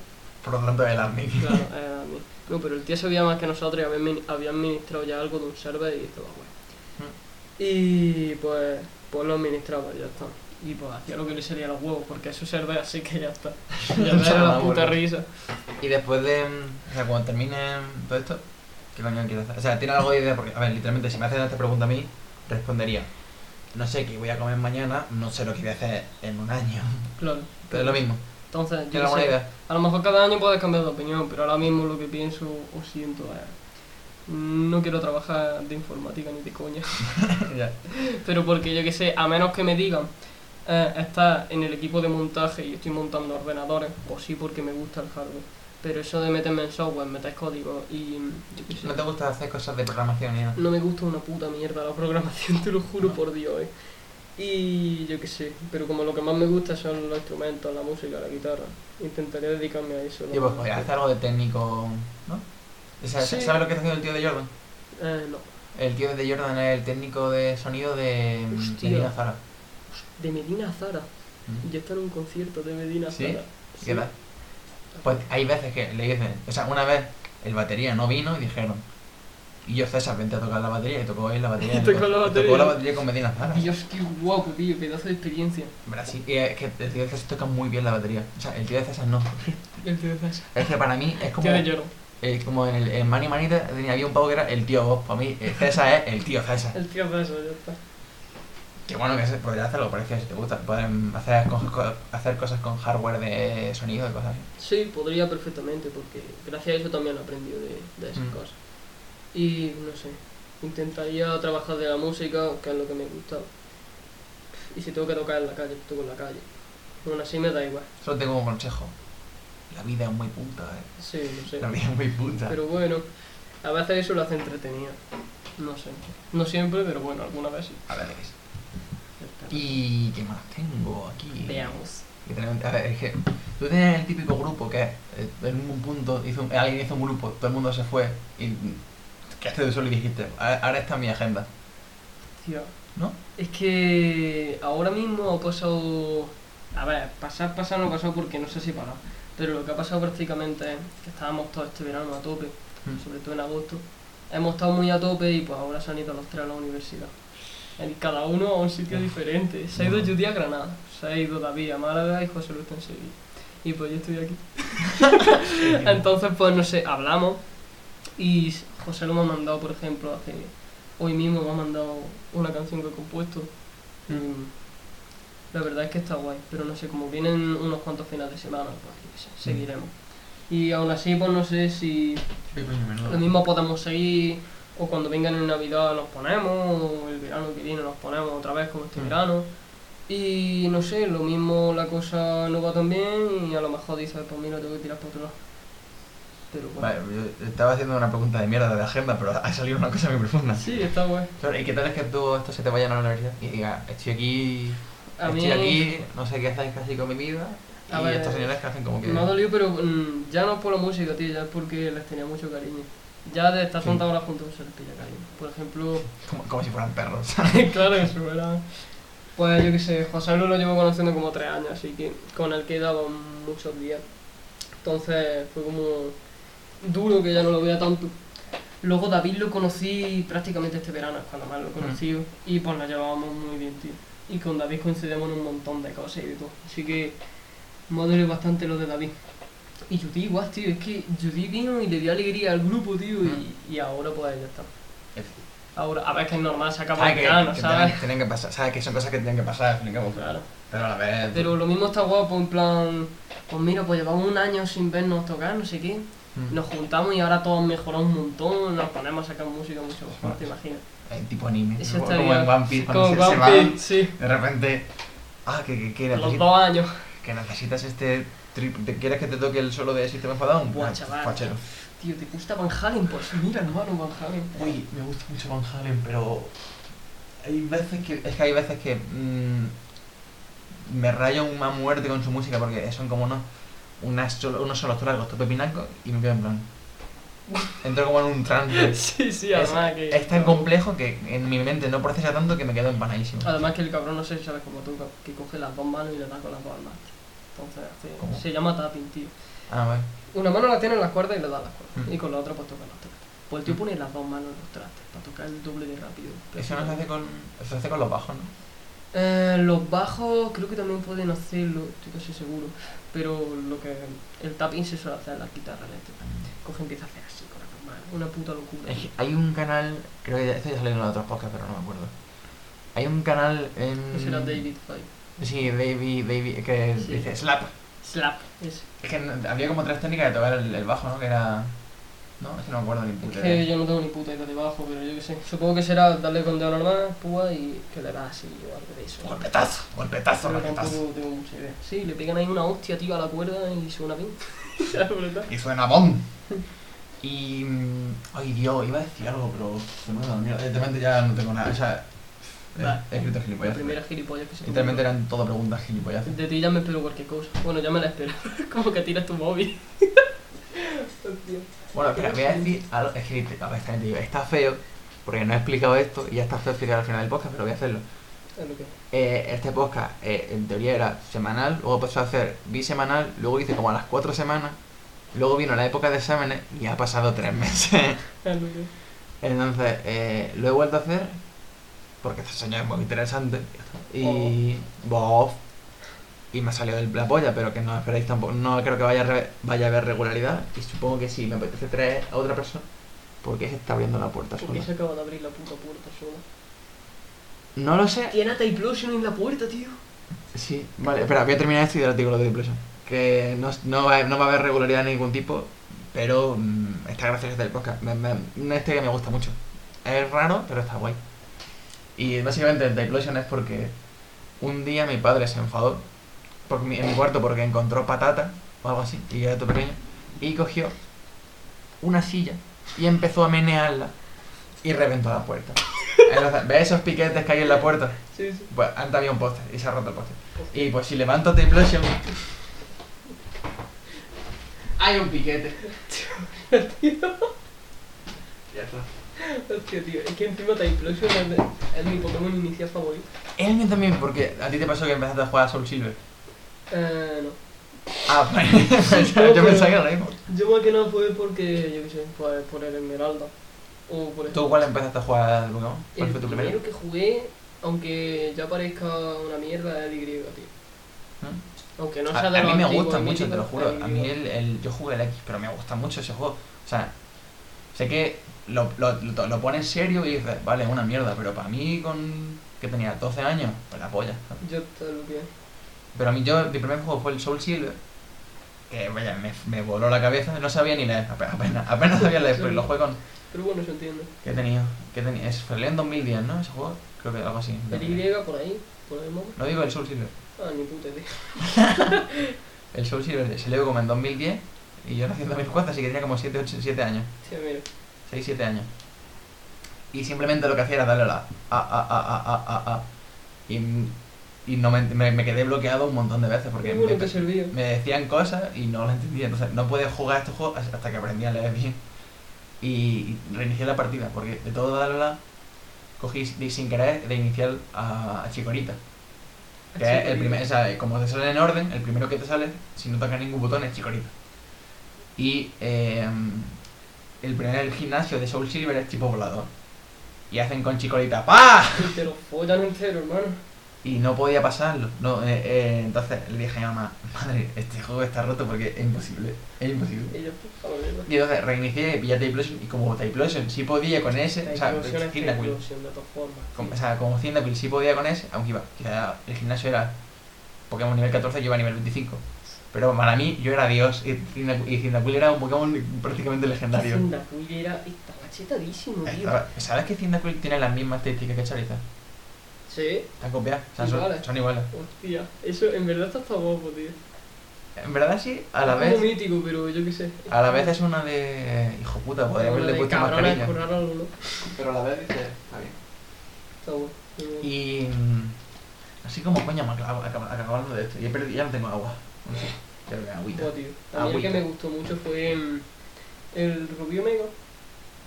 Por lo tanto, el admin.
Claro, eh, a mí. No, pero el tío sabía más que nosotros y había, admin- había administrado ya algo de un server y estaba bueno. Y pues, pues lo administraba, ya está. Y pues hacía lo que le salía a los huevos, porque es su server, así que ya está. Ya me da la
Ah,
puta
bueno.
risa.
Y después de. mm, O sea, cuando termine todo esto, ¿qué coño quieres hacer? O sea, ¿tiene algo de idea? Porque, a ver, literalmente, si me hacen esta pregunta a mí, respondería: No sé qué voy a comer mañana, no sé lo que voy a hacer en un año. (laughs)
Claro.
Pero es lo mismo.
Entonces, yo qué
¿Tiene alguna
sé, (laughs)
idea?
a lo mejor cada año puedes cambiar de opinión, pero ahora mismo lo que pienso o siento es... No quiero trabajar de informática ni de coña. (laughs)
Ya.
Pero porque yo que sé, a menos que me digan, eh, está en el equipo de montaje y estoy montando ordenadores, pues sí, porque me gusta el hardware. Pero eso de meterme en software, meter código y. mm, Yo qué sé,
¿No te gusta hacer cosas de programación y nada?
no me gusta una puta mierda la (laughs) programación, te lo juro por Dios, eh. Y yo qué sé, pero como lo que más me gusta son los instrumentos, la música, la guitarra, intentaré dedicarme a eso. lo
Yo, pues,
más.
podría hacer algo de técnico, ¿no? O sea,
Sí.
¿Sabes lo que está haciendo el tío de Jordan?
Eh, no,
El tío de Jordan es el técnico de sonido de.
Hostia.
de Nina Zara.
de Medina Zara.
Mm.
Ya está en un concierto de Medina
¿Sí?
Zara.
¿Qué tal? Pues hay veces que le dicen, o sea, una vez el batería no vino y dijeron, y yo César, vente a tocar la batería, y tocó él la batería.
(laughs) Y tocó la batería.
Tocó la batería con Medina Zara.
Dios, qué guapo, tío, pedazo de experiencia.
Brasil. Y es que el tío de César toca muy bien la batería. O sea, el tío de César no.
El tío de Zara.
Es que para mí es como,
Tío de lloro.
eh, como en el en Mani Manita tenía- había un pavo que era el tío vos. Para mí, eh, César es el tío César.
El tío de eso, ya está.
Que bueno, que se podría hacerlo, parecido si te gusta. Pueden hacer, con- co- hacer cosas con hardware de sonido y cosas así.
Sí, podría perfectamente, porque gracias a eso también he aprendido de, de esas
Mm.
cosas. Y no sé, intentaría trabajar de la música, que es lo que me gusta. Y si tengo que tocar en la calle, toco en la calle. Aún así me da igual.
Solo tengo un consejo. La vida es muy puta, eh.
Sí, no sé.
La vida es muy puta.
Pero bueno, a veces eso lo hace entretenido. No sé. No siempre, pero bueno, alguna vez sí.
A ver, ¿qué es?
Ya está.
¿Y qué más tengo aquí?
Veamos.
Que tenemos- a ver, es que tú tienes el típico grupo que eh, en un punto hizo un- alguien hizo un grupo, todo el mundo se fue y mm, quedaste tú solo y dijiste, "A- ahora está mi agenda,
Tío,
¿no?
Es que ahora mismo ha pasado. A ver, pasar, pasar no ha pasado porque no sé si parar. Pero lo que ha pasado prácticamente es que estábamos todo este verano a tope,
Mm.
sobre todo en agosto. Hemos estado muy a tope y pues ahora se han ido los tres a la universidad. En cada uno a un sitio diferente. Se ha ido Judy a Granada, se ha ido David a Málaga y José Luis en Sevilla. Y pues yo estoy aquí. (laughs) Entonces, pues no sé, hablamos. Y José lo me ha mandado, por ejemplo, hace. Hoy mismo me ha mandado una canción que he compuesto. Mm, La verdad es que está guay, pero no sé, como vienen unos cuantos fines de semana, pues yo qué sé, seguiremos. Y aún así, pues no sé si
Qué coño, menudo.
lo mismo podemos seguir, o cuando vengan en Navidad nos ponemos, o el verano que viene nos ponemos otra vez como este
Mm.
verano. Y no sé, lo mismo la cosa no va tan bien y a lo mejor dices, pues mira, tengo que tirar por otro lado. Pero bueno.
Vale, yo estaba haciendo una pregunta de mierda de agenda, pero ha salido una cosa muy profunda.
Sí, está guay.
Claro, ¿Y qué tal es que tú esto se te vayan a la universidad y digas, estoy aquí,
A
estoy
mí
aquí, no sé qué hacéis casi con mi vida?
A
y
ver,
estos señores que hacen como que...
me ha dolido, pero mm, ya no es por la música, tío, ya es porque les tenía mucho cariño. Ya de estar
Sí.
tantas horas juntos se les pilla cariño. Por ejemplo,
como, como si fueran perros.
(laughs)
(laughs)
claro, eso era. Pues yo qué sé, José Luis lo llevo conociendo como tres años, así que con él quedaba muchos días. Entonces fue como duro que ya no lo veía tanto. Luego David lo conocí prácticamente este verano, es cuando más lo conocí. Y pues nos llevábamos muy bien, tío. Y con David coincidimos en un montón de cosas y de todo. Así que modelo bastante lo de David. Y Judy igual, tío. Es que Judy vino y le dio alegría al grupo, tío. Y, y ahora pues ya está. Ahora, a ver, que es normal, se acaba
Ah,
el
que,
verano,
que
¿sabes?
tienen- tienen que pasar, ¿sabes? Que son cosas que tienen que pasar, explicamos.
Claro.
Pero a la vez.
Pero lo mismo está guapo, en plan, pues mira, pues llevamos un año sin vernos tocar, no sé qué.
Mm.
Nos juntamos y ahora todos mejoramos un montón, nos ponemos a sacar música mucho mejor, te imaginas.
Eh, tipo anime.
Eso
como,
estaría-
como en One Piece, cuando
Como
se, se
One
van,
Piece, sí.
de repente, ah, que, que, que,
Los
necesita-
dos años.
que necesitas este trip, ¿te quieres que te toque el solo de System of a Down?
Buah,
Ah,
chaval.
Fachero.
Tío, ¿te gusta Van Halen? Pues mira, hermano, Van Halen.
Uy, me gusta mucho Van Halen, pero.
Hay veces que, es que hay veces que mm, me rayo una muerte con su música porque son como unos, unas solo, unos solos largos, tope pinaco, y me quedo en plan. Entro como en un
(laughs)
trance.
(laughs) Sí, sí,
es,
además que...
es tan complejo que en mi mente no procesa tanto que me quedo empanadísimo.
Además que el cabrón no sé si sabes como tú, que coge las dos manos y le da con las dos armas. Entonces, hace-
¿Cómo?
se llama tapping, tío.
Ah, vale.
Una mano la tiene en las cuerdas y le da las cuerdas.
Mm.
Y con la otra pues toca los trastes. Pues el tío pone las dos manos en los trastes para tocar el doble de rápido.
Eso no se hace con, eso se hace con los bajos, ¿no?
Eh, los bajos creo que también pueden hacerlo, estoy casi seguro. Pero lo que el tapping se suele hacer en las guitarras eléctricas. Coge empieza a hacer así con las dos manos. Una puta locura.
Es que hay un canal, creo que ya- esto ya salió en los otros podcasts, pero no me acuerdo. Hay un canal en...
Ese era David Five.
Sí, David, David, que
Sí.
dice Slap.
Slap, ese.
Es que no- había como tres técnicas de tocar el, el bajo, ¿no? Que era... No, es que no me acuerdo ni
Es
puta idea.
que yo no tengo ni puta idea de bajo, pero yo qué sé. Supongo que será darle con dedo normal, púa y que le das así o algo de eso.
Golpetazo, golpetazo,
Pero
golpetazo.
tampoco tengo mucha idea. Sí, le pegan ahí una hostia, tío, a la cuerda y suena bien. (laughs) La verdad.
Y suena bomb.
Y. mm, Ay, Dios, iba a decir algo, pero. Se me ha ido la mierda. Directamente ya no tengo nada. O sea. eh,
Va.
He escrito
La
gilipollas.
primera gilipollas que se
Literalmente
me ocurrió.
eran todo preguntas gilipollas.
De ti ya me espero cualquier cosa. Bueno, ya me la espero. (laughs) Como que tiras tu móvil. (laughs) Hostia.
Bueno, espera, voy a decir algo. Es que te- a ver, también te digo, está feo, porque no he explicado esto y ya está feo explicar al final del podcast, pero voy a hacerlo.
Es lo Ah, que-
Eh, este podcast eh, en teoría era semanal, luego pasó a ser bisemanal, luego hice como a las cuatro semanas, luego vino la época de exámenes y ha pasado tres (laughs) meses.
es lo Ah, que-
Entonces, eh, lo he vuelto a hacer porque este sueño es muy interesante. Y.
Oh.
bof, Y me ha salido del la polla, pero que no esperéis tampoco. No creo que vaya a, re- vaya a haber regularidad. Y supongo que sí, me apetece traer a otra persona. Porque se está abriendo la puerta
¿Por qué
sola.
se acaba de abrir la puta puerta sola?
No lo sé.
Tiene Type Lotion en la puerta, tío.
Sí, vale, espera, voy a terminar esto y ahora te digo lo de Depression. Que no, no, va, no va a haber regularidad de ningún tipo, pero mm, está gracioso del podcast. Me, me- una historia que me gusta mucho. Es raro, pero está guay. Y básicamente el Depression es porque un día mi padre se enfadó por mi- en mi cuarto porque encontró patata o algo así, y yo era todo pequeño, y cogió una silla y empezó a menearla y reventó la puerta. Entonces, ¿Ves esos piquetes que hay en la puerta?
Sí, sí.
Pues antes había un póster y se ha roto el póster. Y pues si levanto The Implosion. Hay un piquete.
Ya está.
Hostia, tío. Es que encima Type Lotion es, de- es mi Pokémon inicial favorito.
Es mío también, porque a ti te pasó que empezaste a jugar a Soul Silver.
Eh, no.
(laughs) Ah, vale. Pensaba- Yo pensaba que era lo mismo.
Yo más que nada fue porque, yo qué sé, pues por el Esmeralda. O por el...
¿Tú cuál empezaste a jugar al Pokémon? ¿Cuál
el
fue tu primero?
que jugué, aunque ya parezca una mierda, es el Y, tío.
¿Mm?
Aunque no
A,
sea de
a
lo
mí me
antiguo,
gusta
el
mucho, te
mítico,
lo juro.
el
A mí
Y.
el, el- yo jugué el X, pero me gusta mucho ese juego. O sea, sé que lo, lo, lo, lo pones serio y dices, vale, es una mierda, pero para mí con que tenía 12 años, pues la polla.
Yo todo lo que...
Pero a mí yo, mi primer juego fue el Soul Silver, que vaya, me, me voló la cabeza, no sabía ni leer, apenas, apenas, apenas sabía leer, pero lo jugué con...
Pero bueno, se entiende.
¿Qué he tenido? ¿Qué he tenido? Es, salió en 2010, ¿no? Ese juego, creo que algo así.
El Y por ahí, por ahí, mamá.
No digo el Soul Silver,
Ah, ni puta idea. (laughs)
el Soul Silver salió como en 2010 y yo nací en 2004, así que tenía como 7, 8, 7 años,
Hostia, mira.
6, 7 años. Y simplemente lo que hacía era darle a la... A, a, a, a, a, a, a. Y, y no me, me, me quedé bloqueado un montón de veces porque...
Qué bueno
me-
que servía.
me decían cosas y no las entendía. Entonces no podía jugar estos juegos hasta que aprendí a leer bien. Y reinicié la partida, porque de todo darla cogí de- sin querer de inicial a, a Chikorita. Que
Ah,
es el
sí,
primer, o sea, eh, como te sale en orden, el primero que te sale, si no tocas ningún botón, es Chikorita. Y eh, el primer gimnasio de Soul Silver es tipo volador. Y hacen con chicolita ¡pa!
Y te lo follan entero, hermano.
Y no podía pasarlo. No, eh, eh, entonces le dije a mi mamá, madre, este juego está roto porque es imposible. Es imposible.
Y yo, pues, a la mierda.
Y entonces reinicié, pillé Typlosion y como Typlosion sí podía con ese,
La
o sea,
inclusión es la
Cyndaquil,
inclusión de todas formas.
con- o sea, como Cyndaquil sí podía con ese, aunque iba, quizá el gimnasio era Pokémon nivel 14 yo iba a nivel 25. Pero para mí yo era Dios y Cyndaquil, y Cyndaquil era un Pokémon prácticamente legendario.
Cyndaquil era... Estaba chetadísimo, tío.
Estaba- ¿Sabes que Cyndaquil tiene las mismas estadísticas que Charizard?
Sí.
Están copiadas, o sea,
Iguales.
son, son iguales.
Hostia, eso en verdad está hasta guapo, tío.
En verdad sí, a la
es
vez...
Como mítico, pero yo qué sé.
A la vez es una de. Hijo puta, podría
Una
haberle
de
puesto más
cabrones
cariño.
por algo, ¿no?
Pero a la vez dice, está bien.
Está bueno. Y...
Y. mm, Así como coño, me acabo, acabo- acabando de esto. Y he perdido, ya no tengo agua. No sé, Ya no tengo agüita.
Buah, tío. A mí el
Agüita.
que me gustó mucho fue mm, el Rubio Mega.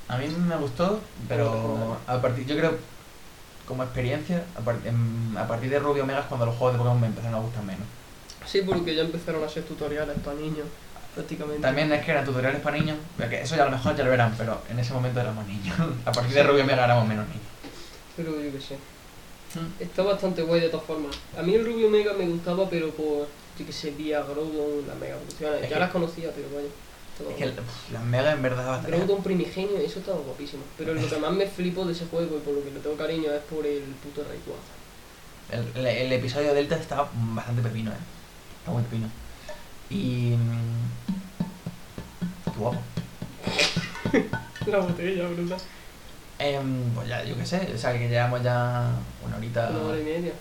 A mí me gustó, pero. A partir, yo creo, como experiencia, a, par- em, a partir de Rubio Omega es cuando los juegos de Pokémon me empezaron a gustar menos.
Sí, porque ya empezaron a hacer tutoriales para niños, prácticamente.
También es que eran tutoriales para niños, porque eso ya a lo mejor ya lo verán, pero en ese momento éramos niños. (laughs) A partir de Rubio Omega éramos menos niños.
Pero yo qué sé.
Mm.
Está bastante guay de todas formas. A mí el Rubio Mega me gustaba, pero por, yo qué sé, Vía Groudon, las Mega Evoluciones.
Es
ya
que-
las conocía, pero vaya. estaba
Es que
guay.
pff, las Mega en verdad bastante.
Groudon primigenio, eso estaba guapísimo. Pero lo que más me flipo de ese juego y por lo que le tengo cariño es por el puto Rayquaza.
El, el- el episodio Delta está bastante pepino, ¿eh? Está muy pepino. Y... mm, Qué guapo.
La botella, bruta.
Em, pues ya, yo qué sé, o sea, que llevamos ya una horita...
Una hora y media.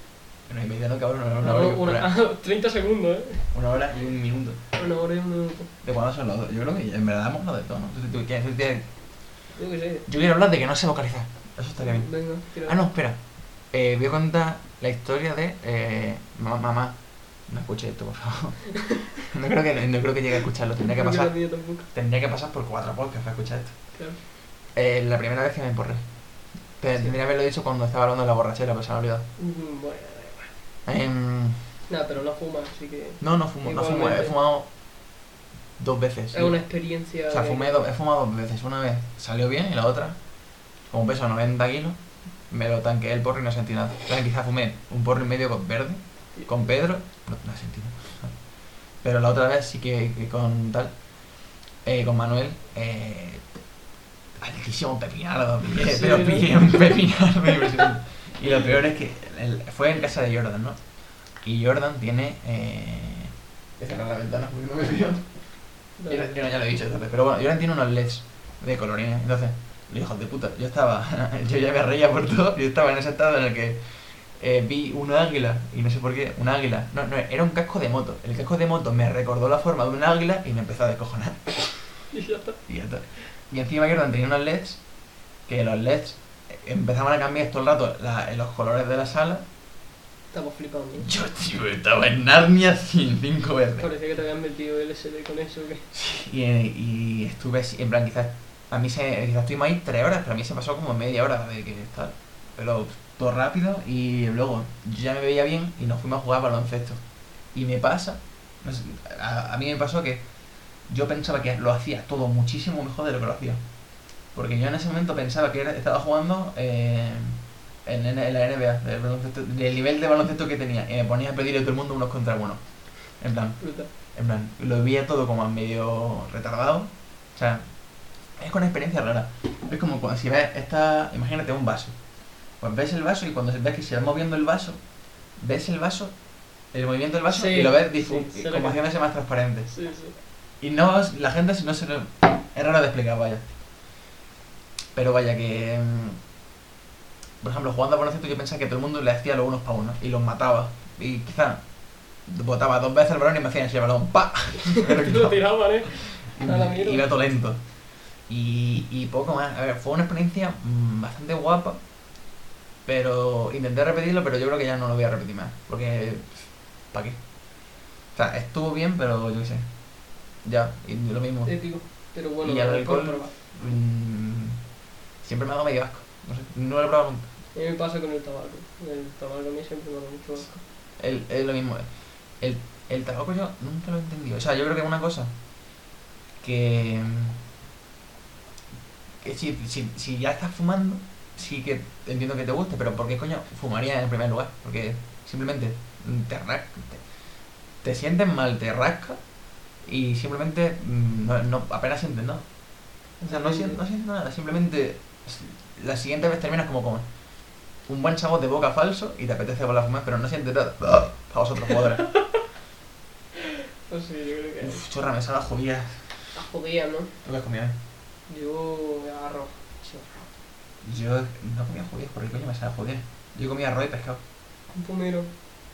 Una y media, no, cabrón, una, una
No,
hora, y-
una-
una,
30 segundos, ¿eh?
una hora y un minuto.
Una hora y un minuto.
¿De cuándo son los dos? Yo creo que en verdad hemos hablado de todo, ¿no? Tú- tú- tú- tú- tú-
Yo qué sé.
Yo quiero hablar de que no sé vocalizar. Eso estaría bien.
Venga, tira.
Ah, no, espera. Eh, voy a contar la historia de... Eh, mamá, mamá, no escuche esto, por favor. (laughs) No creo que, no creo que llegue a escucharlo, tendría que
Creo
pasar...
la mía tampoco.
Tendría que pasar por cuatro podcasts para escuchar esto.
Claro.
Eh, la primera vez que me emporré. Pero tendría que haberlo dicho cuando estaba hablando de la borrachera, pero se me ha olvidado.
Mm, Bueno, da igual.
Em,
Nada, pero no fumas, así que.
no, no fumo, no fumo. He
Igualmente.
fumado dos veces.
Es una experiencia.
O sea,
de-
fumé do- he fumado dos veces. Una vez salió bien y la otra, como peso 90 kilos, me lo tanqué el porro y no sentí nada. O sea, quizá fumé un porro y medio con verde, con Pedro, no, no sentí nada. (laughs) Pero la otra vez sí que, que con tal, eh, con Manuel, eh, altísimo (laughs) pepinardo, pillé,
Sí,
pero
¿no?
pillé un pepinardo impresionante. Y lo peor es que el- fue en casa de Jordan, ¿no? Y Jordan tiene... Eh... Voy a cerrar la ventana porque no me vio.
de-
Yo, no- yo no- ya lo he dicho entonces, pero bueno, yo ahora tiene unos LEDs de colorines. Entonces, los hijos de puta, yo estaba, (laughs) yo ya me reía por todo, yo estaba en ese estado en el que eh, vi una águila, y no sé por qué, una águila. No, no, era un casco de moto. El casco de moto me recordó la forma de una águila y me empezó a descojonar. (laughs)
Y ya está.
Y, ya está. y encima Jordan tenía unos LEDs, que los LEDs empezaban a cambiar todo el rato la- los colores de la sala.
Estamos flipando.
Yo, tío, estaba en Narnia (laughs) sin cinco veces.
Parecía que te habían metido LSD con eso. Que...
Y, y estuve así, en plan, quizás a mí se, quizás estuvimos ahí tres horas, pero a mí se pasó como media hora de que tal. Pero todo rápido y luego yo ya me veía bien y nos fuimos a jugar baloncesto. Y me pasa, no sé, a, a mí me pasó que yo pensaba que lo hacía todo muchísimo mejor de lo que lo hacía. Porque yo en ese momento pensaba que era- estaba jugando eh, en, N- en la NBA, el, baloncesto- del nivel de baloncesto que tenía. Y me ponía a pedirle a todo el mundo unos contra uno. En plan,
Brutal.
en plan, lo veía todo como medio retardado. O sea, es con experiencia rara. Es como cuando si ves esta. Imagínate un vaso. Pues ves el vaso y cuando ves que se va moviendo el vaso, ves el vaso, el movimiento del vaso
Sí,
y lo ves
sí,
difu-
sé lo
como
que-
haciéndose más transparente.
Sí,
(laughs)
sí.
Y no, la gente no se lo... Es raro de explicar, vaya. Pero vaya que... mm, Por ejemplo, jugando a baloncesto yo pensaba que todo el mundo le hacía los unos para unos y los mataba. Y quizá botaba dos veces el balón y me hacían ese balón. ¡Pa! Me lo
Te lo
quitaba.
tiraban, ¿eh?
Y
a la mierda.
iba todo lento. Y, y poco más. A ver, fue una experiencia mm, bastante guapa. Pero intenté repetirlo, pero yo creo que ya no lo voy a repetir más. Porque... ¿Para qué? O sea, estuvo bien, pero yo qué sé. Ya, y lo mismo.
Épico. Pero bueno,
Y al
lo puedo
alcohol.
probar.
Mm, siempre me ha dado medio asco. No sé, no lo he probado nunca.
A mí me pasa con el tabaco. El tabaco a mí siempre me da mucho asco.
El- Es lo mismo. El, el tabaco yo nunca lo he entendido. O sea, yo creo que es una cosa que... mm, que si, si, si ya estás fumando, sí que entiendo que te guste, pero ¿por qué coño fumarías en primer lugar? Porque simplemente te rasca, te, te sientes mal, te rasca y simplemente mm, no, no- apenas sientes nada. O sea, no, sien- no sientes nada, simplemente s- la siguiente vez terminas como con un buen sabor de boca falso y te apetece volver a fumar, pero no sientes nada. ¡Ah! Para vosotros, jugadores.
No sé, yo creo que es
Uf, chorra, me sabe a judía.
la judía, ¿no?
¿Tú qué has comido? eh?
Yo agarro. chorro,
Yo no comía judías, ¿por qué coño me sabe a judía? Yo comía arroz y pescado. (laughs)
Un pomero.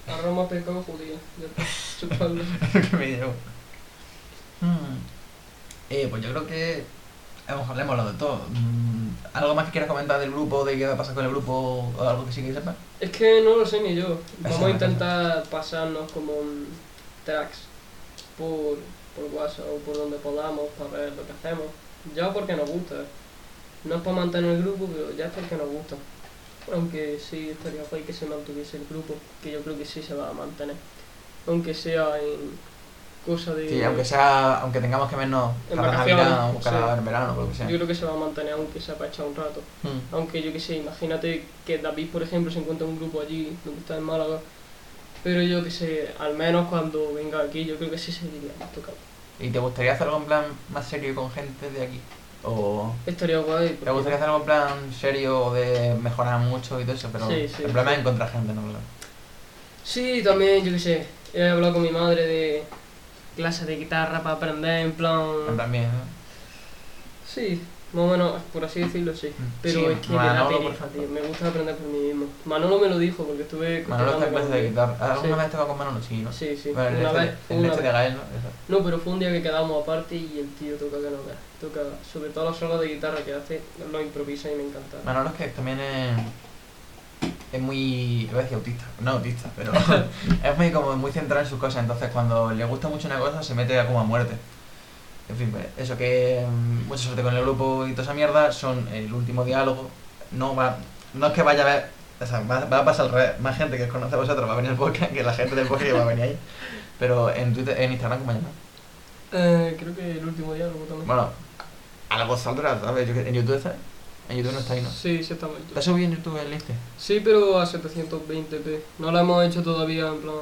Arroz más pescado judía. Ya está, (laughs) chupadlo.
que me llevo. Hmm. Eh, pues yo creo que a lo mejor le hemos hablado de todo. Mm, ¿Algo más que quieras comentar del grupo, de qué va a pasar con el grupo o algo que sí que sepas?
Es que no lo sé ni yo. Vamos
Eso,
a intentar pasarnos como un tracks por, por WhatsApp o por donde podamos para ver lo que hacemos. Ya porque nos gusta. No es para mantener el grupo, pero ya es porque nos gusta. Aunque sí estaría guay que se mantuviese el grupo, que yo creo que sí se va a mantener. Aunque sea en cosa de...
Sí, aunque sea, aunque tengamos que vernos
Eh, En
para
vacaciones,
Navidad o para
sí.
el verano o lo que sea.
Yo creo que se va a mantener aunque sea para echar un rato.
Hmm.
Aunque yo que sé, imagínate que David, por ejemplo, se encuentra un grupo allí, donde está en Málaga. Pero yo que sé, al menos cuando venga aquí, yo creo que sí seguiríamos tocando.
¿Y te gustaría hacer algo en plan más serio y con gente de aquí? ¿O
Estaría guay.
te gustaría hacer algo en plan serio de mejorar mucho y todo eso? Pero
Sí, sí.
el problema es encontrar gente, ¿no? Claro.
Sí, también, yo que sé, he hablado con mi madre de clases de guitarra para aprender, en plan...
En plan bien, ¿eh? ¿no?
Sí, más o menos, por así decirlo, sí.
Mm.
Pero
Sí,
es que me da
Manolo, por
pereza,
ejemplo.
tío, me gusta aprender por mí mismo. Manolo me lo dijo porque estuve...
Manolo está en
hablando
clase
con
de
él.
guitarra.
Sí.
¿Alguna vez te va con Manolo? Sí, ¿no?
Sí, sí.
Bueno, en
una
este,
vez,
en
una
este
vez.
de Gael, ¿no? Eso.
No, pero fue un día que quedamos aparte y el tío toca que no veas. Toca, sobre todo las solos de guitarra que hace, lo improvisa y me encanta.
Manolo es que también es, es muy, iba a decir autista, no autista, pero es muy como muy centrado en sus cosas, entonces cuando le gusta mucho una cosa se mete como a muerte. En fin, pues, eso que mm, mucha suerte con el grupo y toda esa mierda, son el último diálogo, no va, no es que vaya a ver, o sea, va, va a pasar al revés, más gente que os conoce a vosotros va a venir al podcast que la gente del podcast que va a venir ahí, pero en Twitter, en Instagram, ¿cómo se llama?
Eh, creo que el último diálogo también.
Bueno, algo saldrá, ¿sabes? Yo que- en YouTube está, en YouTube no está ahí, ¿no?
Sí, sí está mal.
¿Te has subido en YouTube el este?
Sí, pero a 720p. No lo hemos hecho todavía en plan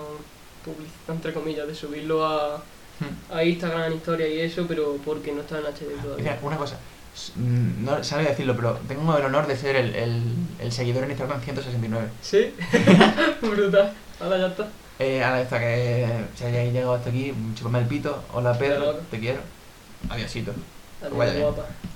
public- entre comillas, de subirlo a,
Hmm.
a Instagram, historia y eso, pero porque no está en HD
Mira,
todavía.
una cosa. S- mm, No sabía decirlo, pero tengo el honor de ser el, el- el seguidor en Instagram 169.
Sí, (laughs) brutal. Ahora ya está.
Eh, ahora hasta que si hayáis llegado hasta aquí, chupame el pito. Hola Pedro,
Claro.
te quiero. Adiósito.
Adiós,
Vaya bien.
guapa.